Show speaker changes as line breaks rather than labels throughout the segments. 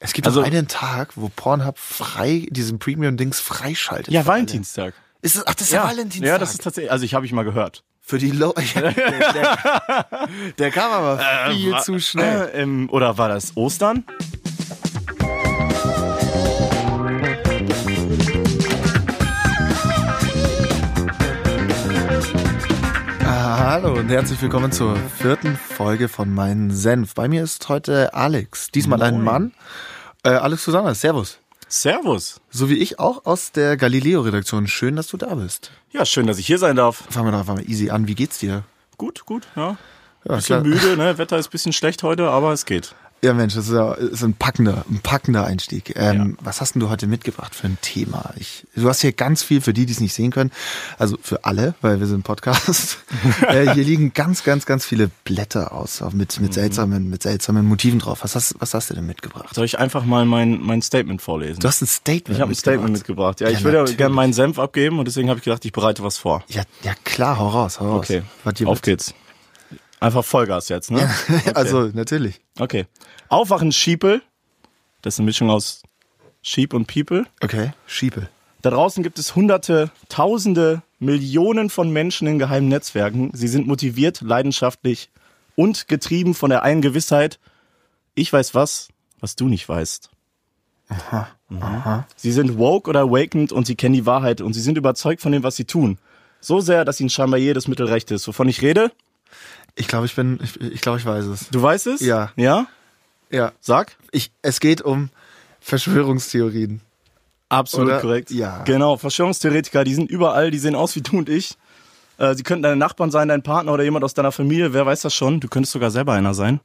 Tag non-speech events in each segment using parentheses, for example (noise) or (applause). Es gibt
Also-
also, einen Tag, wo Pornhub frei diesen Premium-Dings freischaltet.
Ja,
für alle.
Valentinstag.
Ist es, ach, das ist
Ja,
ja, Valentinstag.
Ja, das ist tatsächlich, also ich habe ich mal gehört.
Für die (laughs) Low. der, der, der kam aber viel
Wa-
zu schnell.
Äh, ähm, oder war das Ostern? äh.
Ah, hallo und herzlich willkommen zur vierten Folge von Mein Senf. Bei mir ist heute Alex, diesmal ein Mann. Äh, Alex Susanna, Servus.
Servus.
So wie ich auch aus der Galileo-Redaktion. Schön, dass du da bist.
Ja, schön, dass ich hier sein darf.
Fangen wir doch einfach mal easy an. Wie geht's dir?
Gut, gut, ja.
Ja,
Bisschen
klar.
müde, ne? Wetter ist ein bisschen schlecht heute, aber es geht.
Ja, Mensch, das ist, ja, ist ein packender, ein packender Einstieg. Ähm, Was hast denn du heute mitgebracht für ein Thema? Ich, du hast hier ganz viel für die, die es nicht sehen können. Also für alle, weil wir sind ein
(laughs)
Podcast. äh, hier liegen ganz, ganz, ganz viele Blätter aus auch mit,
Mhm.
mit seltsamen, mit seltsamen Motiven drauf. Was hast, was hast du denn mitgebracht?
Soll ich einfach mal mein, mein Statement vorlesen?
Du hast ein Statement.
ich habe ein Statement mitgebracht. Ja, ich würde ja
natürlich.
gerne meinen Senf abgeben und deswegen habe ich gedacht, ich bereite was vor.
Ja, ja klar, hau raus, hau raus.
Okay,
Was dir (laughs)
auf geht's. Einfach Vollgas jetzt, ne? (laughs)
mit- Also natürlich.
Okay. Aufwachen, Schiepel. Das ist eine Mischung aus Sheep und People.
Okay, Schiebel.
Da draußen gibt es hunderte, tausende, Millionen von Menschen in geheimen Netzwerken. Sie sind motiviert, leidenschaftlich und getrieben von der einen Gewissheit, ich weiß was, was du nicht weißt.
Mhm.
Aha, aha. Sie sind woke oder awakened und sie kennen die Wahrheit und sie sind überzeugt von dem, was sie tun. So sehr, dass ihnen scheinbar jedes Mittel recht ist. Wovon ich rede?
Ich glaube, ich bin, ich, ich glaube, ich weiß es.
Du weißt es?
Ja.
Ja?
Ja,
Sag.
ich, es geht um Verschwörungstheorien.
Absolut
Oder?
korrekt.
Ja.
Genau, Verschwörungstheoretiker, die sind überall, die sehen aus wie du und ich. Äh, sie könnten deine Nachbarn sein, dein Partner oder jemand aus deiner Familie, wer weiß das schon. Du könntest sogar selber einer sein.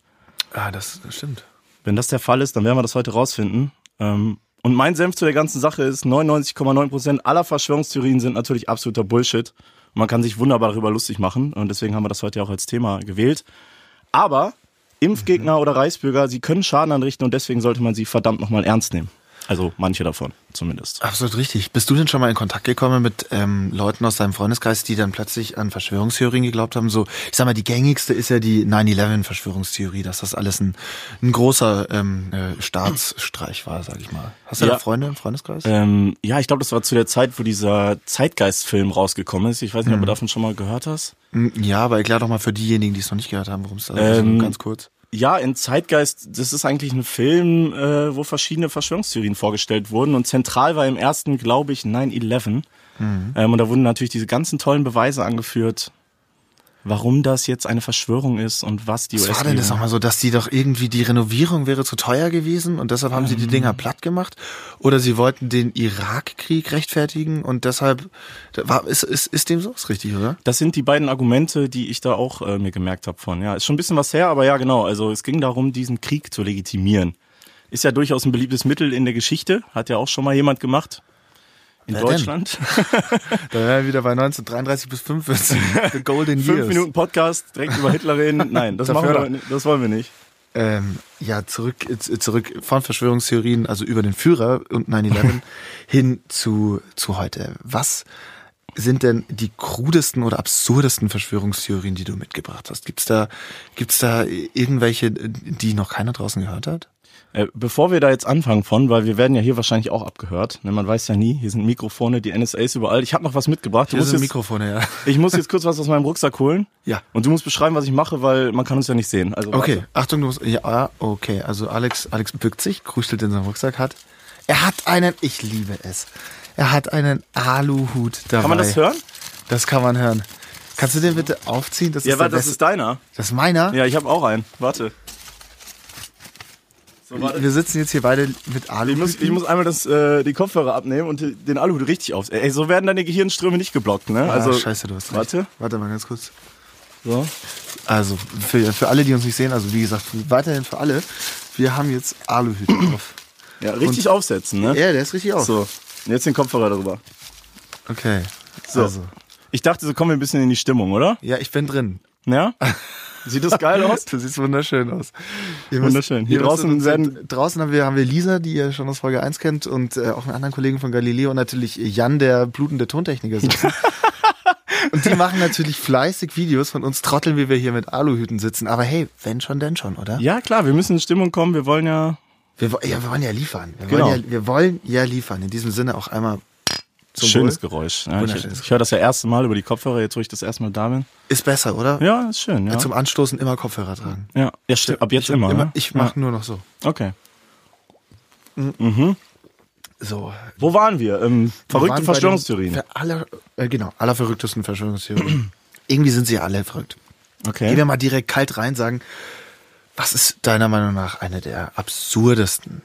Ah, das, das stimmt.
Wenn das der Fall ist, dann werden wir das heute rausfinden. Ähm, und mein Senf zu der ganzen Sache ist, 99,9% aller Verschwörungstheorien sind natürlich absoluter Bullshit. Und man kann sich wunderbar darüber lustig machen. Und deswegen haben wir das heute auch als Thema gewählt. Aber Impfgegner oder Reichsbürger, sie können Schaden anrichten und deswegen sollte man sie verdammt nochmal ernst nehmen. Also manche davon zumindest.
Absolut richtig. Bist du denn schon mal in Kontakt gekommen mit ähm, Leuten aus deinem Freundeskreis, die dann plötzlich an Verschwörungstheorien geglaubt haben? So, ich sag mal, die gängigste ist ja die 9-11-Verschwörungstheorie, dass das alles ein, ein großer ähm, äh, Staatsstreich war, sag ich mal. Hast du
Ja.
da Freunde im Freundeskreis?
Ähm, ja, ich glaube, das war zu der Zeit, wo dieser Zeitgeist-Film rausgekommen ist. Ich weiß nicht, ob du davon schon mal gehört hast.
Mm, Ja, aber erklär doch mal für diejenigen, die es noch nicht gehört haben, worum es da also
Ähm,
ganz kurz.
Ja, in Zeitgeist, das ist eigentlich ein Film, äh, wo verschiedene Verschwörungstheorien vorgestellt wurden. Und zentral war im ersten, glaube ich,
Mhm.
9-11. Ähm, und da wurden natürlich diese ganzen tollen Beweise angeführt, warum das jetzt eine Verschwörung ist und was die
Was war denn das
US-Regierung-
nochmal so, dass die doch irgendwie, die Renovierung wäre zu teuer gewesen und deshalb haben sie die Dinger platt gemacht? Oder sie wollten den Irakkrieg rechtfertigen und deshalb, da war, ist, ist, ist dem so ist richtig, oder?
Das sind die beiden Argumente, die ich da auch äh, mir gemerkt habe von. Ja, ist schon ein bisschen was her, aber ja, genau. Also es ging darum, diesen Krieg zu legitimieren. Ist ja durchaus ein beliebtes Mittel in der Geschichte. Hat ja auch schon mal jemand gemacht. In
Wer denn?
Deutschland.
Da wären wir wieder bei 1933 bis 45, the (laughs) golden
Fünf
years.
Minuten Podcast, direkt über Hitler reden. (laughs) Nein, das,
Der
machen wir,
Führer.
nicht. das wollen wir nicht.
Ähm, ja, zurück, äh, zurück von Verschwörungstheorien, also über den Führer und
(laughs)
9-11 hin zu, zu heute. Was sind denn die krudesten oder absurdesten Verschwörungstheorien, die du mitgebracht hast? Gibt's da, gibt's da irgendwelche, äh, die noch keiner draußen gehört hat?
Äh, Bevor wir da jetzt anfangen von, weil wir werden ja hier wahrscheinlich auch abgehört. Ne, man weiß ja nie, hier sind Mikrofone, die NSA ist überall. Ich habe noch was mitgebracht. Du
Hier
musst
sind
jetzt,
Mikrofone,
(laughs)
ja.
ich muss jetzt kurz was aus meinem Rucksack holen.
Ja.
Und du musst beschreiben, was ich mache, weil man kann uns ja nicht sehen. Also warte.
Okay, Achtung, du musst, ja, okay. Also Alex, Alex bückt sich, krustelt in seinen Rucksack, hat, er hat einen, ich liebe es. Er hat einen Aluhut dabei.
Kann man das hören?
Das kann man hören. Kannst du den bitte aufziehen? Das
Ja,
ist der
warte, das
beste-
ist deiner.
das ist meiner.
Ja, ich habe auch einen. Warte. So, warte.
Wir sitzen jetzt hier beide mit Alu.
Ich muss, ich muss einmal das, äh, die Kopfhörer abnehmen und den Aluhut richtig auf. Ey, so werden deine Gehirnströme nicht geblockt, ne?
ah,
also,
scheiße, du hast recht.
Warte.
Warte mal ganz kurz.
So.
Also für, für alle, die uns nicht sehen, also wie gesagt, weiterhin für alle, wir haben jetzt Aluhüte
(clears throat)
drauf.
Ja, richtig aufsetzen, ne?
Ja, der ist richtig auf.
So. Und jetzt den Kopfhörer darüber.
Okay.
So.
Also.
Ich dachte, so kommen wir ein bisschen in die Stimmung, oder?
Ja, ich bin drin.
Ja? (laughs) Sieht das geil aus?
Das sieht wunderschön aus. Ihr
Wunderschön. Hier
ihr
draußen
müsst uns-
werden-
draußen haben wir, haben wir Lisa, die ihr schon aus Folge 1 kennt, und äh, auch einen anderen Kollegen von Galileo und natürlich Jan, der blutende Tontechniker sitzen. (laughs) und die machen natürlich fleißig Videos von uns Trotteln, wie wir hier mit Aluhüten sitzen. Aber hey, wenn schon, denn schon, oder?
Ja, klar, wir müssen in Stimmung kommen. Wir wollen ja
Wir, wo- ja, wir wollen ja liefern. Wir,
Genau.
wollen ja, wir wollen ja liefern. In diesem Sinne auch einmal zum
Schönes
Wohl.
Geräusch. Ja, ich
Wunderschönes
ich höre das ja erste Mal über die Kopfhörer, jetzt wo ich das erste Mal da bin.
Ist besser, oder?
Ja, ist schön, ja.
Zum Anstoßen immer Kopfhörer tragen.
Ja, ja stimmt. Ab jetzt
ich,
immer. ne?
Ich mache nur noch so.
ja. Okay.
So.
Wo waren wir?
Wir waren
Ähm,
bei
verrückte
den-
Verschwörungstheorien.
Für alle, äh, genau, aller verrücktesten Verschwörungstheorien.
(clears throat)
Irgendwie sind sie ja alle verrückt. Gehen wir
Okay.
mal direkt kalt rein, sagen, was ist deiner Meinung nach eine der absurdesten,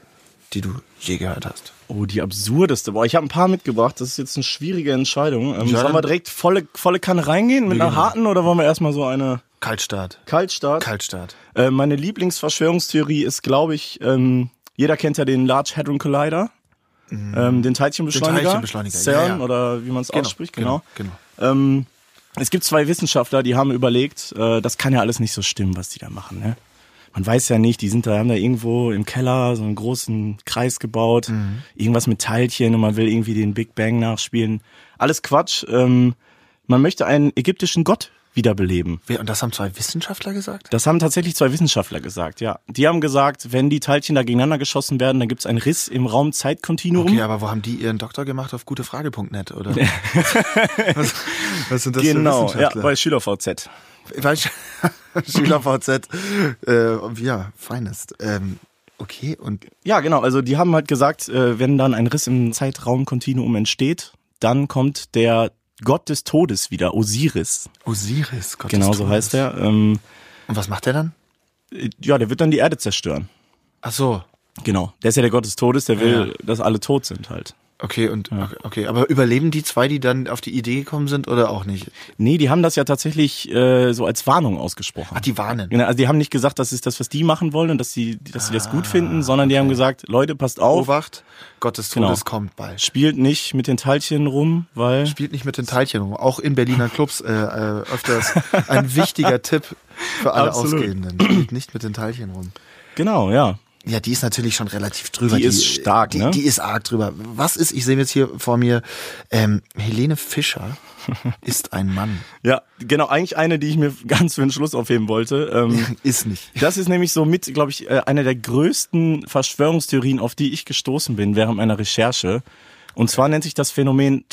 die du je gehört hast?
Oh, die absurdeste. Boah, ich habe ein paar mitgebracht. Das ist jetzt eine schwierige Entscheidung. Ähm,
Ja,
sollen
dann-
wir direkt volle, volle Kanne reingehen mit
Wir
einer
gehen rein.
harten oder wollen wir erstmal so eine
Kaltstart.
Kaltstart?
Kaltstart.
Äh, meine Lieblingsverschwörungstheorie ist, glaube ich, ähm, jeder kennt ja den Large Hadron Collider, ähm, den Teilchenbeschleuniger,
Teilchenbeschleuniger,
CERN
ja, ja.
oder wie man es ausspricht, genau.
genau.
Ähm, es gibt zwei Wissenschaftler, die haben überlegt, äh, das kann ja alles nicht so stimmen, was die da machen. Ne? Man weiß ja nicht, die sind da, haben da irgendwo im Keller so einen großen Kreis gebaut, irgendwas mit Teilchen und man will irgendwie den Big Bang nachspielen. Alles Quatsch. Ähm, man möchte einen ägyptischen Gott wiederbeleben.
Wer- Und das haben zwei Wissenschaftler gesagt?
Das haben tatsächlich zwei Wissenschaftler gesagt, ja. Die haben gesagt, wenn die Teilchen da gegeneinander geschossen werden, dann gibt es einen Riss im Raum-Zeit-Kontinuum.
Okay, aber wo haben die ihren Doktor gemacht? Auf gutefrage.net, oder? (laughs) was, was sind das
genau,
für
ja,
Wissenschaftler?
bei SchülerVZ.
Weil Sch- (laughs) SchülerVZ, äh, ja, finest. Ähm, okay, und
Ja, genau, also die haben halt gesagt, äh, wenn dann ein Riss im Zeitraum-Kontinuum entsteht, dann kommt der Gott des Todes wieder, Osiris.
Osiris, Gott
Genau so heißt er. Ähm,
Und was macht er dann?
äh, ja, der wird dann die Erde zerstören.
Ach so,
Genau, der ist ja der Gott des Todes, der will, dass alle tot sind halt.
okay, und okay, aber überleben die zwei, die dann auf die Idee gekommen sind oder auch nicht?
Nee, die haben das ja tatsächlich äh, so als Warnung ausgesprochen.
Ach, die warnen.
Genau, also die haben nicht gesagt, das ist das, was die machen wollen und dass sie, dass sie das gut finden, sondern die haben gesagt, Leute, passt auf,
Obacht, Gott des
Genau.
Todes kommt bald.
spielt nicht mit den Teilchen rum, weil
Spielt nicht mit den Teilchen rum. Auch in Berliner Clubs äh, äh, öfters
(laughs)
ein wichtiger Tipp für alle
Absolut.
Ausgehenden. Spielt nicht mit den Teilchen rum.
genau, ja.
Ja, die ist natürlich schon relativ drüber.
Die ist stark,
die,
ne?
Die ist arg drüber. Was ist, ich sehe jetzt hier vor mir, ähm, Helene
(laughs)
Fischer ist ein Mann.
Ja, genau, eigentlich eine, die ich mir (laughs) ganz für den Schluss aufheben wollte. (laughs) Ähm,
Ist nicht.
das ist nämlich so mit, glaube ich, äh, eine der größten Verschwörungstheorien, auf die ich gestoßen bin während meiner Recherche. Und zwar nennt sich das Phänomen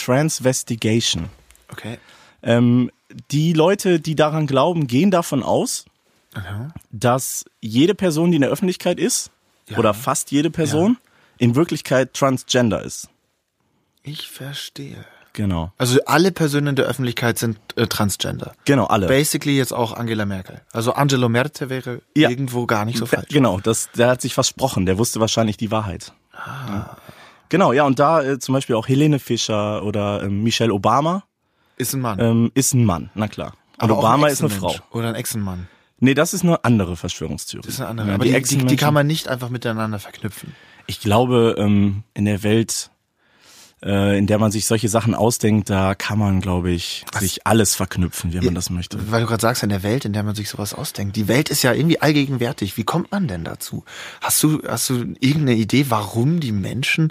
Transvestigation.
Okay.
Ähm, die Leute, die daran glauben, gehen davon aus,
Aha.
dass jede Person, die in der Öffentlichkeit ist, oder fast jede Person, in Wirklichkeit transgender ist.
Ich verstehe.
Genau.
Also alle Personen der Öffentlichkeit sind äh, Transgender.
Genau, alle.
Basically jetzt auch Angela Merkel. Also Angelo Merte wäre
Ja.
irgendwo gar nicht so falsch.
Genau, das, der hat sich versprochen, der wusste wahrscheinlich die Wahrheit. Ah. Genau, ja, und da äh, zum Beispiel auch Helene Fischer oder ähm, Michelle Obama
Ist ein Mann.
ähm, ist ein Mann, na klar. Und
auch ein
Obama ist eine Frau.
Echsenmensch Oder ein Echsenmann.
Nee, das ist eine andere Verschwörungstheorie.
Das ist eine andere.
Ja,
Aber die, die, die
Echsenmenschen-
kann man nicht einfach miteinander verknüpfen.
Ich glaube, ähm, in der Welt, äh, in der man sich solche Sachen ausdenkt, da kann man, glaube ich, sich alles verknüpfen, wenn man das möchte.
Weil du gerade sagst, in der Welt, in der man sich sowas ausdenkt. Die Welt ist ja irgendwie allgegenwärtig. Wie kommt man denn dazu? Hast du, hast du irgendeine Idee, warum die Menschen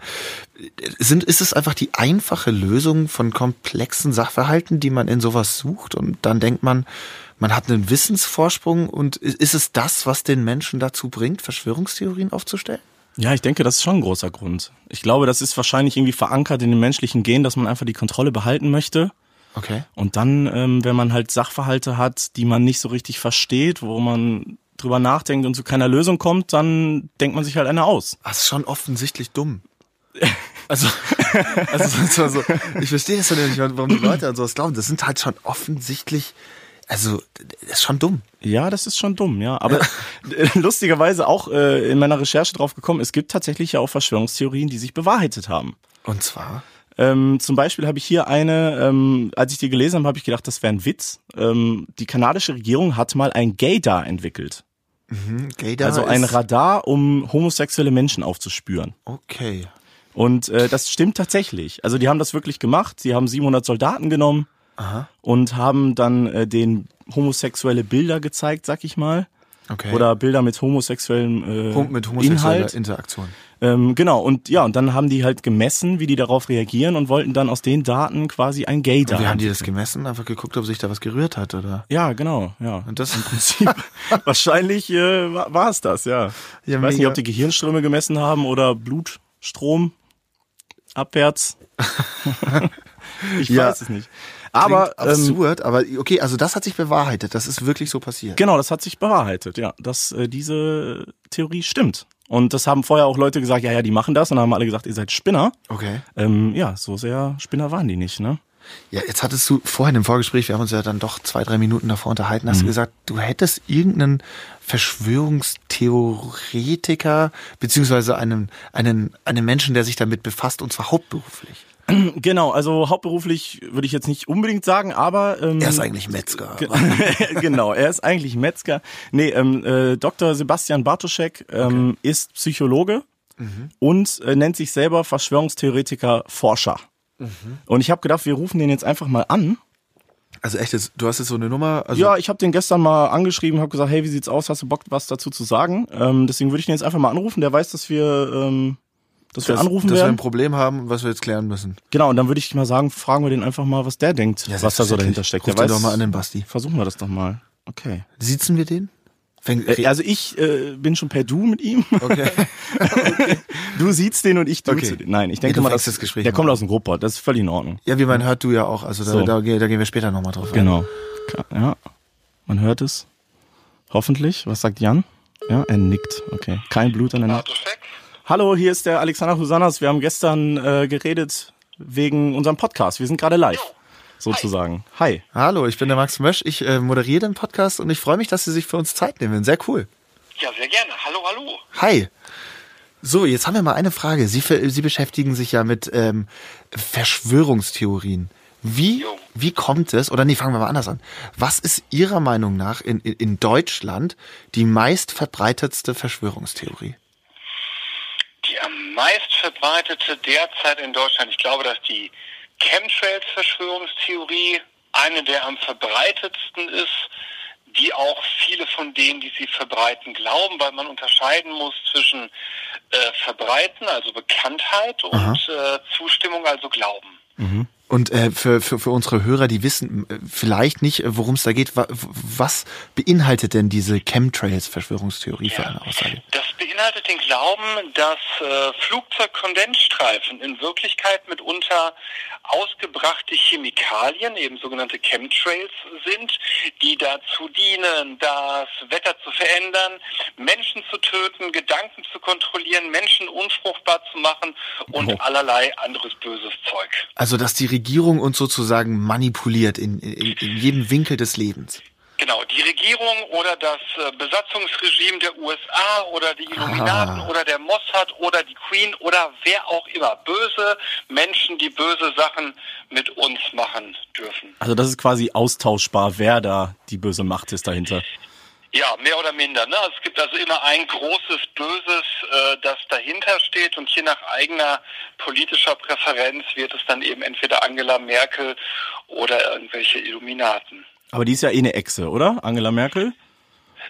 sind? Ist es einfach die einfache Lösung von komplexen Sachverhalten, die man in sowas sucht? Und dann denkt man, man hat einen Wissensvorsprung und i- ist es das, was den Menschen dazu bringt, Verschwörungstheorien aufzustellen?
Ja, ich denke, das ist schon ein großer Grund. Ich glaube, das ist wahrscheinlich irgendwie verankert in dem menschlichen Gen, dass man einfach die Kontrolle behalten möchte.
Okay.
Und dann, ähm, wenn man halt Sachverhalte hat, die man nicht so richtig versteht, wo man drüber nachdenkt und zu keiner Lösung kommt, dann denkt man sich halt eine aus.
Das Ah, ist schon offensichtlich dumm. Also, also (laughs) das war so, ich verstehe das schon nicht, warum die Leute an sowas glauben. Das sind halt schon offensichtlich, also, das ist schon dumm.
Ja, das ist schon dumm, ja. Aber (laughs) lustigerweise auch äh, in meiner Recherche drauf gekommen, es gibt tatsächlich ja auch Verschwörungstheorien, die sich bewahrheitet haben.
Und zwar,
Ähm, zum Beispiel habe ich hier eine, ähm, als ich die gelesen habe, habe ich gedacht, das wäre ein Witz. Ähm, die kanadische Regierung hat mal ein Gaydar entwickelt.
Gaydar
also ein
ist-
Radar, um homosexuelle Menschen aufzuspüren.
Okay.
Und äh, das stimmt tatsächlich. Also die haben das wirklich gemacht. Sie haben 700 Soldaten genommen und haben dann äh, den homosexuelle Bilder gezeigt, sag ich mal.
Okay.
oder Bilder mit homosexuellem äh,
Punkt mit homosexueller
Inhalt.
Interaktion.
Ähm, genau, und ja, und dann haben die halt gemessen, wie die darauf reagieren und wollten dann aus den Daten quasi ein gay
Und
daten
wie haben die das gemessen? Einfach geguckt, ob sich da was gerührt hat, oder?
Ja, genau, ja. (laughs)
Und das
Prinzip. Wahrscheinlich äh, war es das, ja.
Ja,
ich weiß nicht,
mega.
ob die Gehirnströme gemessen haben oder Blutstrom
(laughs)
abwärts. ich
Ja.
weiß es nicht. Aber
Klingt
ähm,
absurd, aber okay, also das hat sich bewahrheitet. Das ist wirklich so passiert.
genau, das hat sich bewahrheitet, ja, dass äh, diese Theorie stimmt. Und das haben vorher auch Leute gesagt, ja, ja, die machen das. Und dann haben alle gesagt, ihr seid Spinner.
Okay.
Ähm, ja, so sehr Spinner waren die nicht, ne?
Ja, jetzt hattest du vorhin im Vorgespräch, wir haben uns ja dann doch zwei, drei Minuten davor unterhalten,
Mhm.
hast du gesagt, du hättest irgendeinen Verschwörungstheoretiker beziehungsweise einen, einen, einen Menschen, der sich damit befasst und zwar hauptberuflich.
Genau, also hauptberuflich würde ich jetzt nicht unbedingt sagen, aber ähm,
Er ist
(laughs)
eigentlich Metzger.
Ge- genau, er ist eigentlich Metzger. Nee, ähm, äh, Dr. Sebastian Bartoschek ähm, ist Psychologe
Mhm.
und äh, nennt sich selber Verschwörungstheoretiker Forscher.
Mhm.
Und ich habe gedacht, wir rufen den jetzt einfach mal an.
Also echt, jetzt, du hast jetzt so eine Nummer. Also
Ja, ich habe den gestern mal angeschrieben, habe gesagt, hey, wie sieht's aus? Hast du Bock, was dazu zu sagen? Ähm, deswegen würde ich den jetzt einfach mal anrufen. Der weiß, dass wir, ähm, dass wir
dass,
anrufen
dass wir ein
werden.
Problem haben, was wir jetzt klären müssen.
genau, und dann würde ich mal sagen, fragen wir den einfach mal, was der denkt, was da so dahinter steckt.
Ruf
Der
den doch mal an den Basti.
Versuchen wir das doch mal. Okay.
Sitzen wir den? Fäng,
Äh, Also ich äh, bin schon per Du mit ihm.
okay. (laughs)
Du siehst den und ich du
Okay.
zu den. Nein, ich
Nee,
denke
du
mal, dass,
fängst das Gespräch
der
mal
kommt aus dem Ruhrpott. Das ist völlig in Ordnung.
Ja, wie man hört, du ja auch. Also da,
So.
da, ge- da gehen wir später nochmal drauf ein.
Genau. Klar, Ja, man hört es. Hoffentlich. Was sagt Jan? Ja, er nickt. Okay. Kein Blut an der Nacht. Hallo, hier ist der Alexander Husanas. Wir haben gestern äh, geredet wegen unserem Podcast. Wir sind gerade live. Sozusagen. Hi.
Hallo, ich bin der Max Mösch. Ich äh, moderiere den Podcast und ich freue mich, dass Sie sich für uns Zeit nehmen. Sehr cool.
Ja, sehr gerne. Hallo, hallo.
Hi. So, jetzt haben wir mal eine Frage. Sie, ver- Sie beschäftigen sich ja mit ähm, Verschwörungstheorien. Wie,
Jo.
wie kommt es, oder nee, fangen wir mal anders an. Was ist Ihrer Meinung nach in, in, in Deutschland die meist verbreitetste Verschwörungstheorie?
Die am meist verbreitete derzeit in Deutschland, ich glaube, dass die Chemtrails-Verschwörungstheorie eine der am verbreitetsten ist, die auch viele von denen, die sie verbreiten, glauben, weil man unterscheiden muss zwischen äh, Verbreiten, also Bekanntheit, und äh, Zustimmung, also Glauben.
Und äh, für, für, für unsere Hörer, die wissen äh, vielleicht nicht, äh, worum es da geht, wa was beinhaltet denn diese Chemtrails-Verschwörungstheorie für eine Aussage?
Das beinhaltet den Glauben, dass äh, Flugzeugkondensstreifen in Wirklichkeit mitunter ausgebrachte Chemikalien, eben sogenannte Chemtrails sind, die dazu dienen, das Wetter zu verändern, Menschen zu töten, Gedanken zu kontrollieren, Menschen unfruchtbar zu machen und
Oh.
allerlei anderes böses Zeug.
Also, dass die Regierung uns sozusagen manipuliert in, in, in jedem Winkel des Lebens.
Genau, die Regierung oder das äh, Besatzungsregime der USA oder die Illuminaten oder der Mossad oder die Queen oder wer auch immer. Böse Menschen, die böse Sachen mit uns machen dürfen.
Also das ist quasi austauschbar, wer da die böse Macht ist dahinter.
Ja, mehr oder minder. Ne? Also es gibt also immer ein großes Böses, äh, das dahinter steht und je nach eigener politischer Präferenz wird es dann eben entweder Angela Merkel oder irgendwelche Illuminaten.
Aber die ist ja eh eine Echse, oder? Angela Merkel?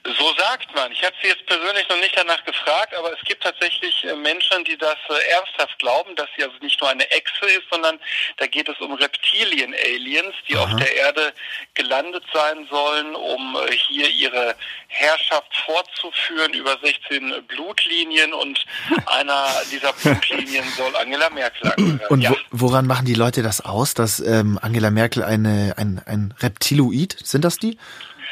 So sagt man. Ich habe sie jetzt persönlich noch nicht danach gefragt, aber es gibt tatsächlich äh, Menschen, die das äh, ernsthaft glauben, dass sie also nicht nur eine Echse ist, sondern da geht es um Reptilien-Aliens, die auf der Erde gelandet sein sollen, um äh, hier ihre Herrschaft fortzuführen über 16 Blutlinien und
(laughs)
einer dieser Blutlinien soll Angela Merkel angehören.
Und
ja.
wo, woran machen die Leute das aus, dass ähm, Angela Merkel eine, ein, ein Reptiloid, sind das die?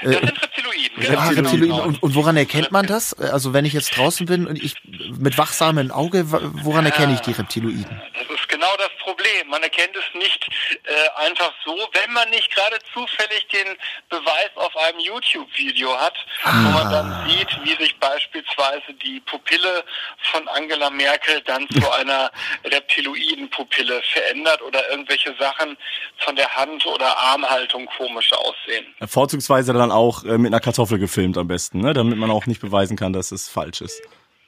Das sind Reptiloiden. genau,
ah,
genau,
äh, Reptiloiden.
genau.
Und, und woran erkennt man das? Also wenn ich jetzt draußen bin und ich mit wachsamem Auge, wa- woran erkenne ich die Reptiloiden?
Das ist genau das Problem. Man erkennt es nicht äh, einfach so, wenn man nicht gerade zufällig den Beweis auf einem YouTube-Video hat, wo man dann sieht, wie sich beispielsweise die Pupille von Angela Merkel dann zu einer reptiloiden Pupille verändert oder irgendwelche Sachen von der Hand- oder Armhaltung komisch aussehen.
Vorzugsweise dann auch äh, mit einer Kartoffel gefilmt am besten, ne? damit man auch nicht beweisen kann, dass es falsch ist.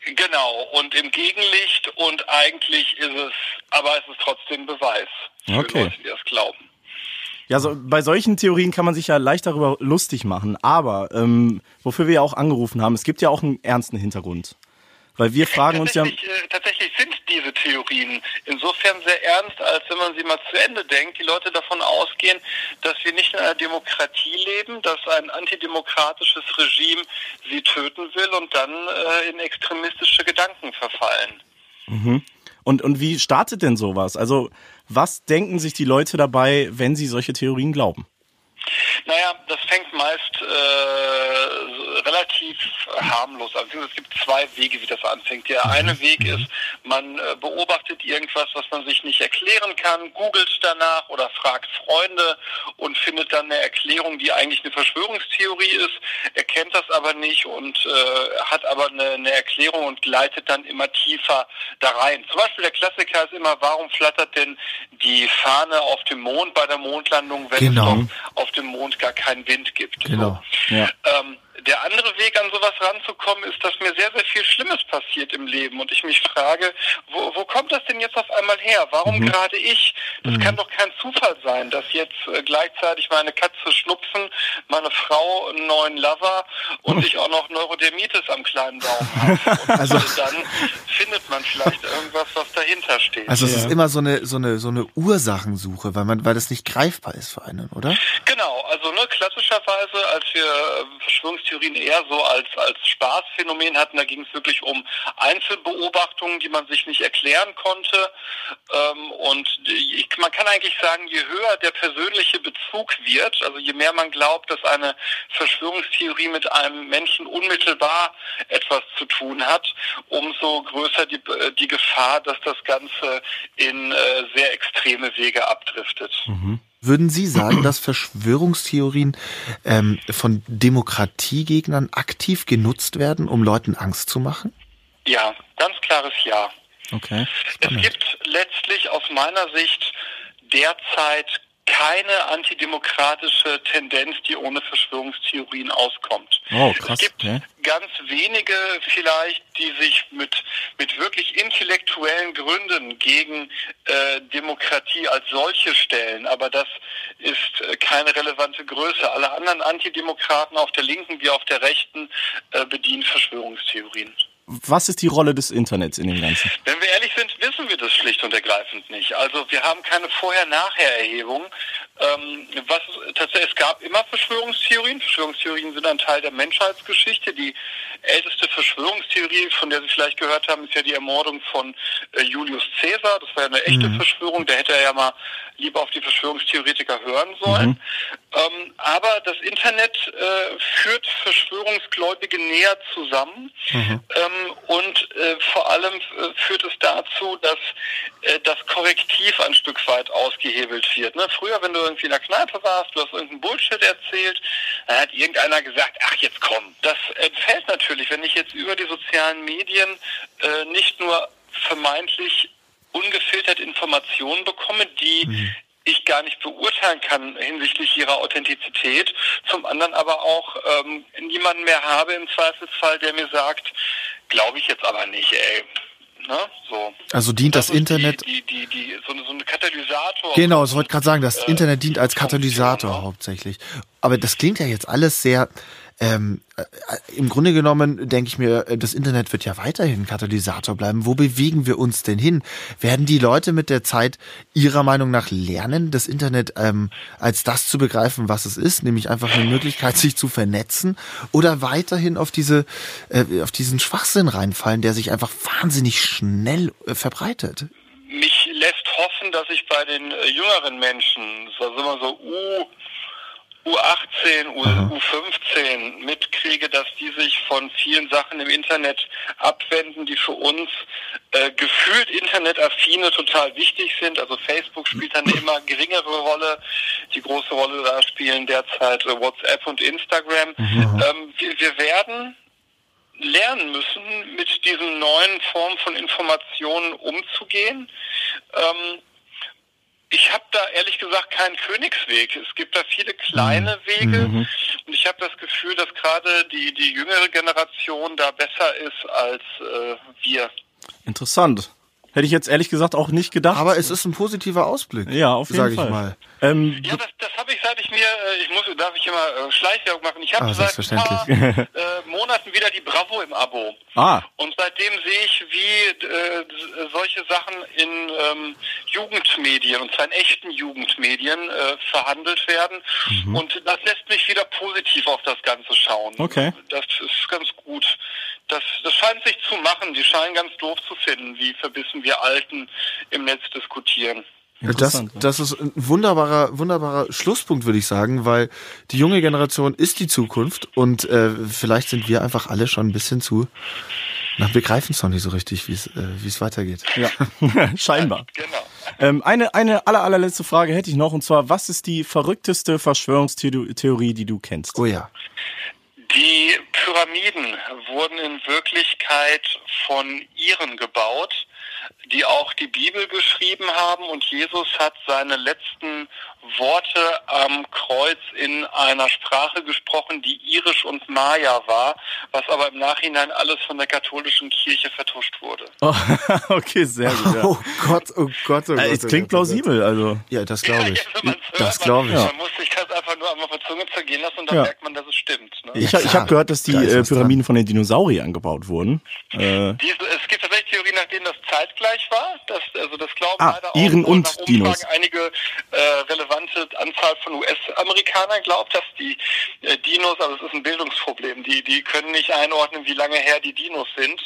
Genau, und im Gegenlicht und eigentlich ist es, aber es ist trotzdem Beweis für
Okay.
Leute, die das glauben.
Ja, so, bei solchen Theorien kann man sich ja leicht darüber lustig machen. Aber ähm, wofür wir ja auch angerufen haben, es gibt ja auch einen ernsten Hintergrund. Weil wir fragen uns ja,
tatsächlich, äh, tatsächlich sind diese Theorien insofern sehr ernst, als wenn man sie mal zu Ende denkt, die Leute davon ausgehen, dass wir nicht in einer Demokratie leben, dass ein antidemokratisches Regime sie töten will und dann äh, in extremistische Gedanken verfallen.
und, und wie startet denn sowas? Also was denken sich die Leute dabei, wenn sie solche Theorien glauben?
Naja, das fängt meist äh, relativ harmlos an. Beziehungsweise Es gibt zwei Wege, wie das anfängt. Der eine Weg ist, man äh, beobachtet irgendwas, was man sich nicht erklären kann, googelt danach oder fragt Freunde und findet dann eine Erklärung, die eigentlich eine Verschwörungstheorie ist, erkennt das aber nicht und äh, hat aber eine, eine Erklärung und gleitet dann immer tiefer da rein. Zum Beispiel der Klassiker ist immer, warum flattert denn die Fahne auf dem Mond bei der Mondlandung, wenn
Genau.
es doch auf dem Mond gar keinen Wind gibt.
Genau.
Ja.
Ähm, der andere Weg, an sowas ranzukommen, ist, dass mir sehr, sehr viel Schlimmes passiert im Leben und ich mich frage, wo, wo kommt das denn jetzt auf einmal her? Warum
Mhm.
gerade ich? Das kann doch kein Zufall sein, dass jetzt äh, gleichzeitig meine Katze Schnupfen, meine Frau einen neuen Lover
Hm.
und ich auch noch Neurodermitis am kleinen Daumen
(laughs)
habe. Und also dann findet man vielleicht irgendwas, was dahinter steht.
Also es ist immer so eine, so eine, so eine Ursachensuche, weil man, weil das nicht greifbar ist für einen, oder?
Genau, also ne, klassischerweise, als wir äh, Verschwörungstheorien eher so als, als Spaßphänomen hatten, da ging es wirklich um Einzelbeobachtungen, die man sich nicht erklären konnte. Ähm, und die, ich, man kann eigentlich sagen, je höher der persönliche Bezug wird, also je mehr man glaubt, dass eine Verschwörungstheorie mit einem Menschen unmittelbar etwas zu tun hat, umso größer die, äh, die Gefahr, dass das Ganze in äh, sehr extreme Wege abdriftet.
Würden Sie sagen, dass Verschwörungstheorien ähm, von Demokratiegegnern aktiv genutzt werden, um Leuten Angst zu machen?
Ja, ganz klares Ja.
Okay.
Es gibt letztlich aus meiner Sicht derzeit keine antidemokratische Tendenz, die ohne Verschwörungstheorien auskommt.
Oh, krass,
Es gibt
okay.
ganz wenige vielleicht, die sich mit, mit wirklich intellektuellen Gründen gegen äh, Demokratie als solche stellen. Aber das ist äh, keine relevante Größe. Alle anderen Antidemokraten auf der linken wie auf der rechten äh, bedienen Verschwörungstheorien.
Was ist die Rolle des Internets in dem Ganzen?
Wenn wir ehrlich sind, wissen wir das schlicht und ergreifend nicht. Also wir haben keine Vorher-Nachher-Erhebung. Ähm, was tatsächlich, es gab immer Verschwörungstheorien. Verschwörungstheorien sind ein Teil der Menschheitsgeschichte. Die älteste Verschwörungstheorie, von der Sie vielleicht gehört haben, ist ja die Ermordung von äh, Julius Caesar. Das war ja eine echte Verschwörung. Der hätte ja mal lieber auf die Verschwörungstheoretiker hören sollen. Ähm, aber das Internet äh, führt Verschwörungsgläubige näher zusammen ähm, und äh, vor allem äh, führt es dazu, dass äh, das Korrektiv ein Stück weit ausgehebelt wird. Ne? Früher, wenn du irgendwie in der Kneipe warst, du hast irgendeinen Bullshit erzählt, dann hat irgendeiner gesagt, ach jetzt komm. Das entfällt natürlich, wenn ich jetzt über die sozialen Medien äh, nicht nur vermeintlich ungefiltert Informationen bekomme, die
Mhm.
ich gar nicht beurteilen kann hinsichtlich ihrer Authentizität, zum anderen aber auch ähm, niemanden mehr habe im Zweifelsfall, der mir sagt, glaube ich jetzt aber nicht, ey. Ne? So.
Also dient das,
ist
Internet.
Die, die, die, die, so, eine, so eine Katalysator.
Genau, ich wollte gerade sagen, das
Äh,
Internet dient als
Funktion, ne?
Katalysator hauptsächlich. Aber das klingt ja jetzt alles sehr. Ähm, äh, Im Grunde genommen denke ich mir, äh, das Internet wird ja weiterhin Katalysator bleiben. Wo bewegen wir uns denn hin? Werden die Leute mit der Zeit ihrer Meinung nach lernen, das Internet ähm, als das zu begreifen, was es ist, nämlich einfach eine Möglichkeit, sich zu vernetzen, oder weiterhin auf diese, äh, auf diesen Schwachsinn reinfallen, der sich einfach wahnsinnig schnell äh, verbreitet?
mich lässt hoffen, dass ich bei den äh, jüngeren Menschen, so sind wir so U, U18, U, U15, mitkriege, dass die sich von vielen Sachen im Internet abwenden, die für uns äh, gefühlt internetaffine total wichtig sind. Also Facebook spielt dann eine immer geringere Rolle. Die große Rolle da spielen derzeit äh, WhatsApp und Instagram. Ähm, wir, wir werden lernen müssen, mit diesen neuen Formen von Informationen umzugehen. Ähm, ich habe da ehrlich gesagt keinen Königsweg. Es gibt da viele kleine Wege und ich habe das Gefühl, dass gerade die, die jüngere Generation da besser ist als äh, wir.
Interessant. Hätte ich jetzt ehrlich gesagt auch nicht gedacht.
Aber es ist ein positiver Ausblick.
ja, auf
sag
jeden Fall.
ich mal.
Ähm,
Ja, das, das habe ich, seit ich mir, äh, ich muss, darf ich immer äh, Schleichwerbung machen. Ich habe
Ah,
seit ein paar äh,
selbstverständlich.
Monaten wieder die Bravo im Abo.
ah,
Und seitdem sehe ich, wie äh, s- solche Sachen in ähm, Jugendmedien, und zwar in echten Jugendmedien, äh, verhandelt werden. Und das lässt mich wieder positiv auf das Ganze schauen.
Okay.
Das ist ganz gut. Das, das scheint sich zu machen. Die scheinen ganz doof zu finden, wie verbissen wir Alten im Netz diskutieren.
Das,
interessant.
das ist ein wunderbarer, wunderbarer Schlusspunkt, würde ich sagen, weil die junge Generation ist die Zukunft und äh, vielleicht sind wir einfach alle schon ein bisschen zu. Na, wir greifen es noch nicht so richtig, wie es äh, wie es weitergeht.
ja. (laughs) Scheinbar.
Genau.
Ähm, eine eine aller, allerletzte Frage hätte ich noch, und zwar, was ist die verrückteste Verschwörungstheorie, die du kennst?
Oh ja.
Die Pyramiden wurden in Wirklichkeit von Iren gebaut, die auch die Bibel geschrieben haben und Jesus hat seine letzten Worte am Kreuz in einer Sprache gesprochen, die irisch und Maya war, was aber im Nachhinein alles von der katholischen Kirche vertuscht
(laughs)
wurde.
Oh, (laughs) okay, sehr gut. Ja.
(laughs) Oh Gott, oh Gott, oh Gott.
Äh,
oh
es klingt
Gott, oh Gott.
plausibel, also.
Ja, das glaube ich.
(laughs) Ja, wenn man's hört,
Das
man-
glaube ich.
Man muss sich das einfach nur einmal auf der Zunge zergehen lassen und dann
Ja.
merkt man, dass es stimmt. Ne?
Ich, ha- ich
klar.
habe gehört, dass die
Da ist
äh,
was dran.
Pyramiden von den Dinosauriern gebaut wurden. Äh,
Diese, es gibt tatsächlich Theorien, nach denen das zeitgleich war. Das, also das glauben
Ah,
leider
Iren
auch äh,
und
nach Umfragen
Dinos.
einige äh, relevante Anzahl von US-Amerikanern glaubt, dass die äh, Dinos, also es ist ein Bildungsproblem, die, die können nicht einordnen, wie lange her die Dinos sind.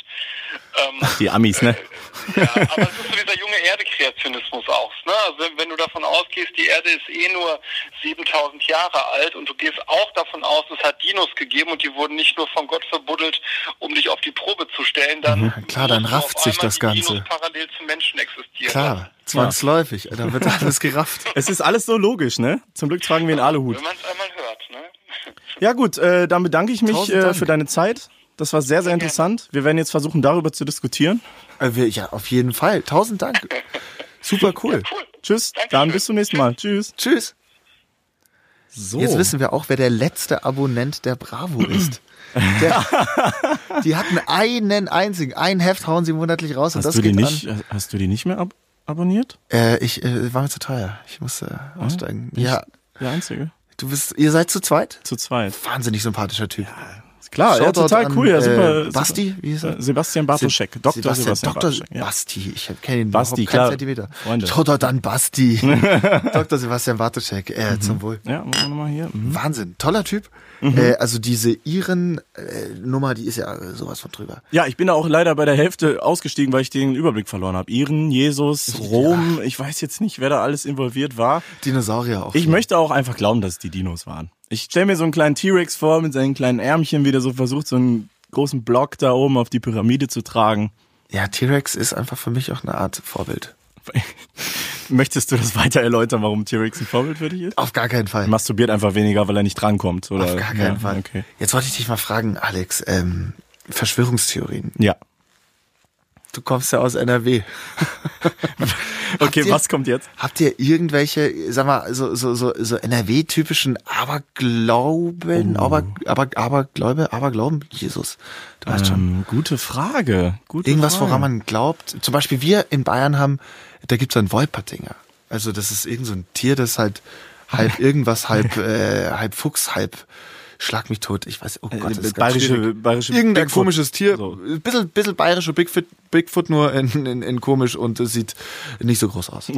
Ähm,
die
(laughs)
Amis, ne?
ja, aber es ist so dieser junge Erde-Kreationismus auch. Ne? Also wenn- wenn du davon ausgehst, die Erde ist eh nur 7000 Jahre alt und du gehst auch davon aus, es hat Dinos gegeben und die wurden nicht nur von Gott verbuddelt, um dich auf die Probe zu stellen, dann
Mhm, klar, dann
musst du auf
rafft sich
einmal
das
die
Ganze.
Dinos parallel zu Menschen existieren.
Klar, zwangsläufig. Da
(laughs)
wird alles gerafft.
Es ist alles so logisch, ne? Zum Glück tragen wir einen Aluhut.
Wenn man es einmal hört. Ne?
Ja gut, äh, dann bedanke ich mich
Tausend
äh,
Dank.
für deine Zeit. Das war sehr, sehr interessant. Wir werden jetzt versuchen, darüber zu diskutieren.
Äh, wir- Ja, auf jeden Fall. Tausend Dank. Super cool.
Cool.
Tschüss, dann bis zum nächsten Mal. Tschüss.
Tschüss.
So.
Jetzt wissen wir auch, wer der letzte Abonnent der Bravo
(clears throat)
ist. Der, die hatten einen einzigen, ein Heft hauen sie monatlich raus und
hast,
das
du die
geht
nicht,
an.
äh, hast du die nicht mehr ab abonniert?
Äh, ich äh, war mir zu teuer. Ich musste aussteigen. Ja,
Der Einzige.
du bist, ihr seid zu zweit.
Zu zweit.
Wahnsinnig sympathischer Typ.
Ist klar, ja,
Shoutout
total
an,
cool. Ja,
äh,
super, super. Äh,
Basti, wie hieß er?
Sebastian Bartoschek.
Se-
Dr.
Sebastian,
Sebastian
Dr.
Bartoschek, ja.
Basti, ich kenne ihn
Basti,
Basti, überhaupt keinen
klar.
Zentimeter.
Freunde.
Schaut dort an Basti.
(laughs)
Dr. Sebastian Bartoschek, äh, zum Wohl.
Ja, machen wir nochmal hier. Mhm.
Wahnsinn, toller Typ. Äh, also diese Iren-Nummer, die ist ja äh, sowas von drüber.
Ja, ich bin da auch leider bei der Hälfte ausgestiegen, weil ich den Überblick verloren habe. Iren, Jesus, Rom, ich weiß jetzt nicht, wer da alles involviert war.
Dinosaurier auch.
Ich möchte auch einfach glauben, dass es die Dinos waren. Ich stelle mir so einen kleinen T-Rex vor mit seinen kleinen Ärmchen, wie der so versucht, so einen großen Block da oben auf die Pyramide zu tragen. (laughs)
ja, T-Rex ist einfach für mich auch eine Art Vorbild.
Möchtest du das weiter erläutern, warum T-Rex ein Vorbild für dich ist?
Auf gar keinen Fall.
Masturbiert einfach weniger, weil er nicht drankommt, oder?
Auf gar keinen
ja,
Fall.
Okay.
Jetzt wollte ich dich mal fragen, Alex, ähm, Verschwörungstheorien.
Ja.
Du kommst ja aus NRW. Habt
(laughs) Okay,
ihr-
was kommt jetzt?
Habt ihr irgendwelche, sag mal, so, so, so, so NRW-typischen Aberglauben,
Oh.
aber, aber, Abergläube, Aberglauben? Jesus, du weißt schon.
Ähm, gute Frage. Gute
Irgendwas,
Frage.
woran man glaubt. Zum Beispiel wir in Bayern haben, da gibt's einen Wolpertinger. Also das ist irgend so ein Tier, das halt halb
(laughs)
irgendwas, halb, äh, halb Fuchs, halb Schlag mich tot. Ich weiß, oh Gott, das ist ganz
Äh, bayerische-
schwierig.
bayerische
Irgendein
Bigfoot.
komisches Tier.
So. (laughs)
Ein bisschen, bisschen bayerischer Bigfoot, Bigfoot nur in, in, in komisch und es sieht nicht so groß
(laughs)
aus.